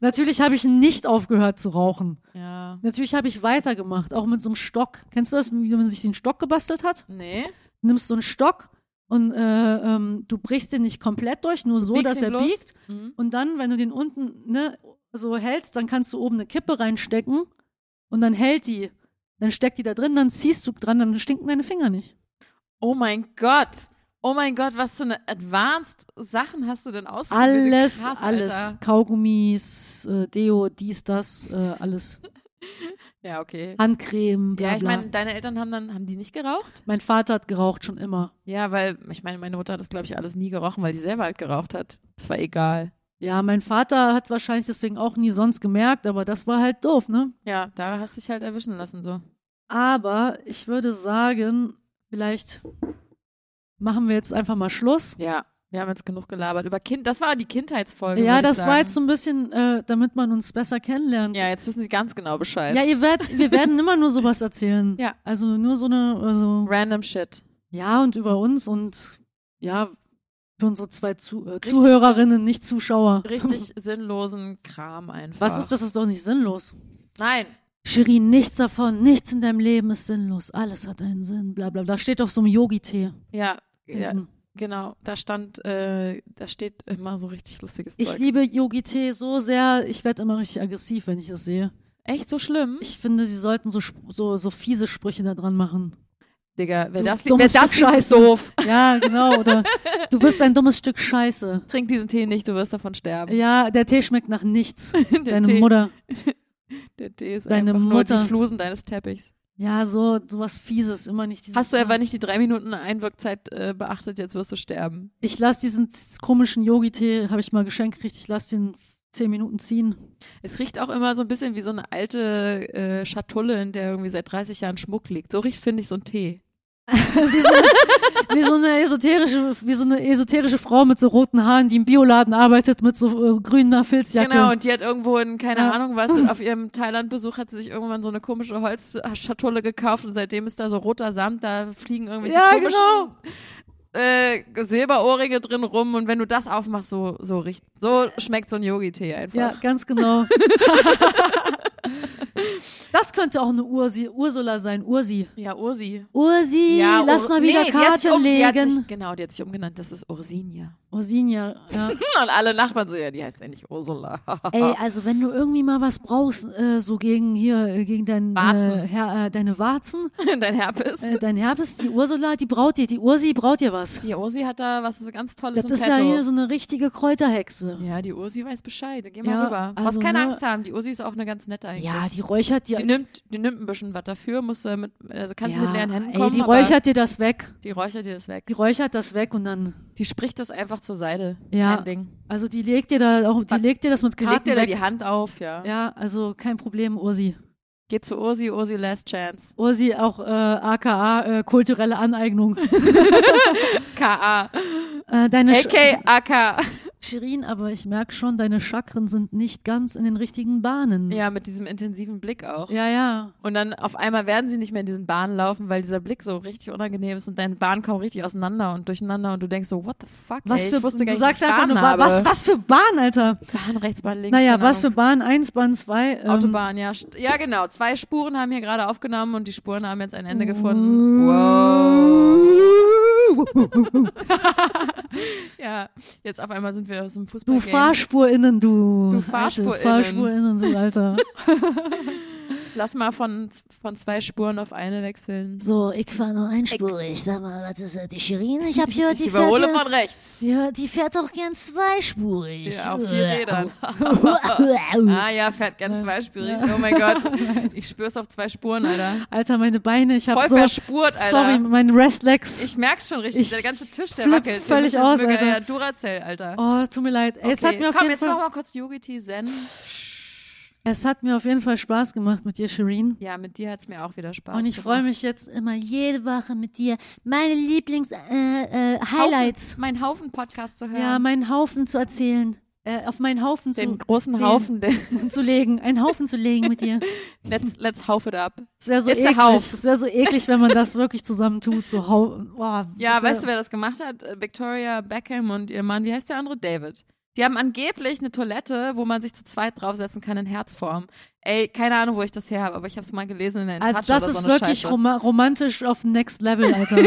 B: Natürlich habe ich nicht aufgehört zu rauchen.
A: Ja.
B: Natürlich habe ich weitergemacht, auch mit so einem Stock. Kennst du das, wie man sich den Stock gebastelt hat?
A: Nee.
B: Nimmst so einen Stock und äh, ähm, du brichst den nicht komplett durch, nur so,
A: Biegst
B: dass
A: ihn
B: er
A: bloß?
B: biegt.
A: Mhm.
B: Und dann, wenn du den unten ne, so hältst, dann kannst du oben eine Kippe reinstecken und dann hält die. Dann steckt die da drin, dann ziehst du dran, dann stinken deine Finger nicht.
A: Oh mein Gott. Oh mein Gott, was für eine advanced Sachen hast du denn ausprobiert?
B: Alles,
A: Krass,
B: alles.
A: Alter.
B: Kaugummis, äh, Deo, dies, das, äh, alles.
A: Ja, okay.
B: Handcreme, bla bla.
A: Ja, ich meine, deine Eltern haben dann, haben die nicht geraucht?
B: mein Vater hat geraucht schon immer.
A: Ja, weil, ich meine, meine Mutter hat das, glaube ich, alles nie gerochen, weil die selber halt geraucht hat. Das war egal.
B: Ja, mein Vater hat wahrscheinlich deswegen auch nie sonst gemerkt, aber das war halt doof, ne?
A: Ja, da hast du dich halt erwischen lassen, so.
B: Aber ich würde sagen, vielleicht machen wir jetzt einfach mal Schluss.
A: Ja, wir haben jetzt genug gelabert. Über Kind, das war die Kindheitsfolge.
B: Ja,
A: würd ich
B: das
A: sagen.
B: war jetzt so ein bisschen, äh, damit man uns besser kennenlernt.
A: Ja, jetzt wissen sie ganz genau Bescheid.
B: ja ihr werdet, wir werden immer nur sowas erzählen.
A: Ja.
B: Also nur so eine, also
A: Random Shit.
B: Ja, und über uns und ja, für unsere zwei Zu äh,
A: Richtig-
B: Zuhörerinnen, nicht Zuschauer.
A: Richtig sinnlosen Kram einfach.
B: Was ist das? Ist doch nicht sinnlos.
A: Nein.
B: Shirin, nichts davon, nichts in deinem Leben ist sinnlos. Alles hat einen Sinn, bla bla bla. Steht auf so einem Yogi-Tee.
A: Ja, ja
B: hinten.
A: genau. Da stand, äh, da steht immer so richtig lustiges
B: Ich
A: Zeug.
B: liebe Yogi-Tee so sehr. Ich werde immer richtig aggressiv, wenn ich das sehe.
A: Echt so schlimm?
B: Ich finde, sie sollten so, sp- so, so fiese Sprüche da dran machen.
A: Digga, wer
B: Du
A: das, li- wer
B: dummes
A: das
B: Stück
A: liest, ist
B: Scheiße.
A: doof.
B: Ja, genau. Oder du bist ein dummes Stück Scheiße.
A: Trink diesen Tee nicht, du wirst davon sterben.
B: Ja, der Tee schmeckt nach nichts.
A: Der
B: Deine
A: Tee,
B: Mutter.
A: Der Tee ist
B: Deine
A: einfach nur
B: Mutter.
A: die Flusen deines Teppichs.
B: Ja, so sowas Fieses, immer nicht dieses.
A: Hast du
B: Ah.
A: etwa nicht die drei Minuten Einwirkzeit äh, beachtet, jetzt wirst du sterben.
B: Ich lass diesen z- komischen Yogi-Tee, habe ich mal geschenkt gekriegt, ich lass den zehn Minuten ziehen.
A: Es riecht auch immer so ein bisschen wie so eine alte äh, Schatulle, in der irgendwie seit 30 Jahren Schmuck liegt. So riecht, finde ich, so ein Tee.
B: Wie so, wie so eine esoterische, wie so eine esoterische Frau mit so roten Haaren, die im Bioladen arbeitet mit so äh, grüner Filzjacke.
A: Genau, und die hat irgendwo in, keine
B: Ja.
A: Ahnung was, auf ihrem Thailand-Besuch hat sie sich irgendwann so eine komische Holzschatulle gekauft und seitdem ist da so roter Samt, da fliegen irgendwelche
B: Ja, genau.
A: komischen äh, Silberohrringe drin rum und wenn du das aufmachst, so, so riecht, so schmeckt so ein Yogi-Tee einfach.
B: ja, ganz genau. das könnte auch eine Ursi, Ursula sein, Ursi.
A: Ja, Ursi.
B: Ursi,
A: Ja,
B: lass
A: Ur-
B: mal wieder
A: nee, die hat sich
B: Karte
A: um, Die hat
B: legen.
A: sich, genau, die hat sich umgenannt, das ist Ursinia. Hm,
B: Ursinia, ja.
A: Und alle Nachbarn so, ja, die heißt eigentlich Ursula.
B: Ey, also wenn du irgendwie mal was brauchst, äh, so gegen hier, äh, gegen dein,
A: Warzen.
B: Äh, Her äh, deine Warzen,
A: Dein Herpes.
B: Äh, dein Herpes, die Ursula, die braut dir, die Ursi braut dir was.
A: Die Ursi hat da was ganz Tolles
B: Das
A: im
B: ist
A: Petto.
B: ja hier so eine richtige Kräuterhexe.
A: Ja, die Ursi weiß Bescheid. Geh mal
B: Ja,
A: rüber. Du
B: also,
A: brauchst keine
B: ne-
A: Angst haben. Die Ursi ist auch eine ganz nette eigentlich.
B: Ja, die räuchert dir.
A: die nimmt, die nimmt ein bisschen was dafür. Musst du mit, also kannst
B: ja,
A: du mit leeren Händen
B: ey,
A: kommen.
B: die
A: aber
B: räuchert dir das weg.
A: Die räuchert dir das weg.
B: Die räuchert das weg und dann,
A: Die spricht das einfach zur Seite.
B: Ja.
A: Kein Ding.
B: also die legt dir da auch, die
A: Was?
B: legt dir das mit
A: Die
B: Karten
A: legt dir da
B: weg.
A: die Hand auf, ja.
B: ja, also kein Problem, Ursi.
A: Geh zu Ursi, Ursi Last Chance.
B: Ursi auch äh, AKA äh, kulturelle Aneignung.
A: K.A.
B: Äh, deine Sch-
A: A.K.A.K.
B: Shirin, aber ich merke schon, deine Chakren sind nicht ganz in den richtigen Bahnen.
A: Ja, mit diesem intensiven Blick auch.
B: ja, ja.
A: Und dann auf einmal werden sie nicht mehr in diesen Bahnen laufen, weil dieser Blick so richtig unangenehm ist und deine Bahnen kommen richtig auseinander und durcheinander und du denkst so, what the fuck,
B: Was
A: ey,
B: für
A: ich wusste gar
B: du
A: nicht,
B: sagst
A: dass ich
B: einfach nur
A: Bahnen
B: Ba- was,
A: habe.
B: was für Bahn, Alter.
A: Bahn rechts, Bahn links.
B: Naja,
A: keine
B: was
A: Ahnung.
B: für Bahn 1, Bahn 2. Ähm,
A: Autobahn, ja. st- Ja, genau. Zwei Spuren haben hier gerade aufgenommen und die Spuren haben jetzt ein Ende gefunden. Wow. Ja, jetzt auf einmal sind wir aus dem Fußball.
B: Du FahrspurInnen, du.
A: Du
B: alte
A: FahrspurInnen.
B: FahrspurInnen, du Alter.
A: Lass mal von, von zwei Spuren auf eine wechseln.
C: So, ich fahre nur einspurig. Sag mal, was ist das, die Shirin? Ich hab gehört,
A: Ich
C: die fährt,
A: überhole
C: ja,
A: von rechts.
C: die, hört- die fährt auch gern zweispurig.
A: Ja, auf vier Rädern. ah ja, fährt ganz zweispurig. Oh mein Gott. Ich spür's auf zwei Spuren, Alter.
B: Alter, meine Beine, ich hab
A: Voll
B: so.
A: verspurt, Alter.
B: Sorry, mein Restlegs.
A: Ich merk's schon richtig.
B: Ich
A: der ganze Tisch, der
B: flipp
A: wackelt. Wir
B: völlig
A: müssen jetzt
B: aus,
A: sogar-
B: also-
A: Ja, Duracell, Alter.
B: oh, tut mir leid. Ey, Es
A: Okay,
B: hat mir auf
A: Komm,
B: jeden
A: jetzt
B: Fall,
A: machen wir mal kurz Yogiti Zen.
B: es hat mir auf jeden Fall Spaß gemacht mit dir, Shirin.
A: Ja, mit dir hat's mir auch wieder Spaß
B: Und ich
A: gemacht.
B: freue mich jetzt immer jede Woche mit dir. Meine äh, Lieblings-Highlights.
A: Haufen, mein Haufen Podcast zu hören.
B: ja, meinen Haufen zu erzählen. Äh, auf meinen Haufen
A: den
B: zu,
A: großen
B: sehen.
A: Haufen, den
B: zu legen. Einen Haufen zu legen mit dir.
A: let's let's haufe da ab.
B: Es wäre so
A: It's a
B: eklig.
A: Hauf.
B: Es wäre so eklig, wenn man das wirklich zusammen tut. So hau boah,
A: Ja,
B: das wär-
A: weißt du, wer das gemacht hat? Äh, Victoria Beckham und ihr Mann, wie heißt der andere? David. Die haben angeblich eine Toilette, wo man sich zu zweit draufsetzen kann in Herzform. Ey, keine Ahnung, wo ich das her habe, aber ich habe es mal gelesen in der
B: Also
A: Touch
B: das
A: oder
B: ist
A: so eine
B: wirklich
A: Scheiße.
B: roma romantisch auf next level, Alter. und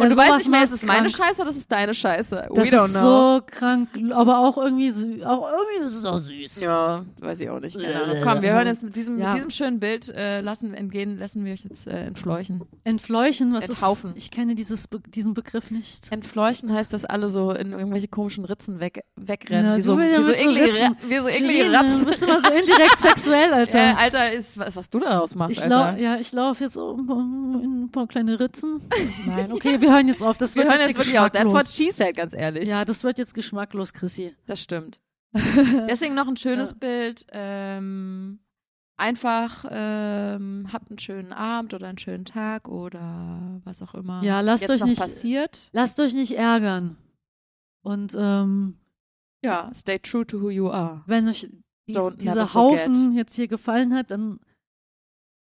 A: Und du weißt nicht mehr, ist es meine Scheiße oder ist es deine Scheiße?
B: Das
A: We don't
B: ist
A: know.
B: so krank, aber auch irgendwie, sü- auch irgendwie ist es auch süß.
A: ja, weiß ich auch nicht. Keine
C: Äh,
A: Ahnung. Komm, wir hören jetzt mit diesem,
B: ja.
A: mit diesem schönen Bild, äh, lassen entgehen, lassen wir euch jetzt äh, entfleuchen.
B: Entfleuchen, was
A: Enthaufen.
B: ist? Ich kenne dieses, Be- diesen Begriff nicht.
A: Entfleuchen heißt, dass alle so in irgendwelche komischen Ritzen weg, wegrennen.
B: Ja,
A: wie
B: du
A: so,
B: willst ja
A: wie so
B: mit so
A: eklige,
B: Ritzen.
A: Ra- wie so eklige
B: Shirin, Du
A: Ratzen.
B: bist immer so indirekt sexuell, Alter.
A: Äh, Alter, ist, was, was du daraus machst,
B: ich
A: Alter.
B: lau ja, ich laufe jetzt um, um, in ein paar kleine Ritzen. Nein, okay, wir hören jetzt auf. Das
A: Wir
B: wird
A: hören
B: jetzt,
A: jetzt
B: hier
A: wirklich auf. That's what
B: geschmacklos.
A: she said, ganz ehrlich.
B: Ja, das wird jetzt geschmacklos, Chrissy.
A: Das stimmt. Deswegen noch ein schönes Bild. Ähm, einfach ähm, habt einen schönen Abend oder einen schönen Tag oder was auch immer.
B: Ja, lasst
A: jetzt
B: euch
A: noch
B: nicht-
A: passiert.
B: Lasst euch nicht ärgern. Und ähm,
A: Ja, stay true to who you are.
B: wenn euch dies,
A: Don't never
B: dieser
A: forget.
B: Haufen jetzt hier gefallen hat, dann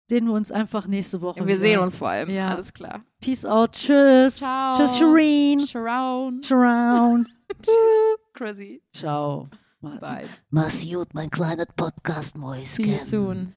B: sehen wir uns einfach nächste Woche.
A: Wir
B: wieder.
A: sehen uns vor allem.
B: Ja.
A: Alles klar.
B: Peace out. Tschüss.
A: Ciao.
B: Tschüss, Shireen.
A: Surround.
B: Ciao.
A: Tschüss. Crazy.
B: Ciao.
A: Bye.
C: Mach's gut, mein kleines Podcast-Mäuschen.
A: See you soon.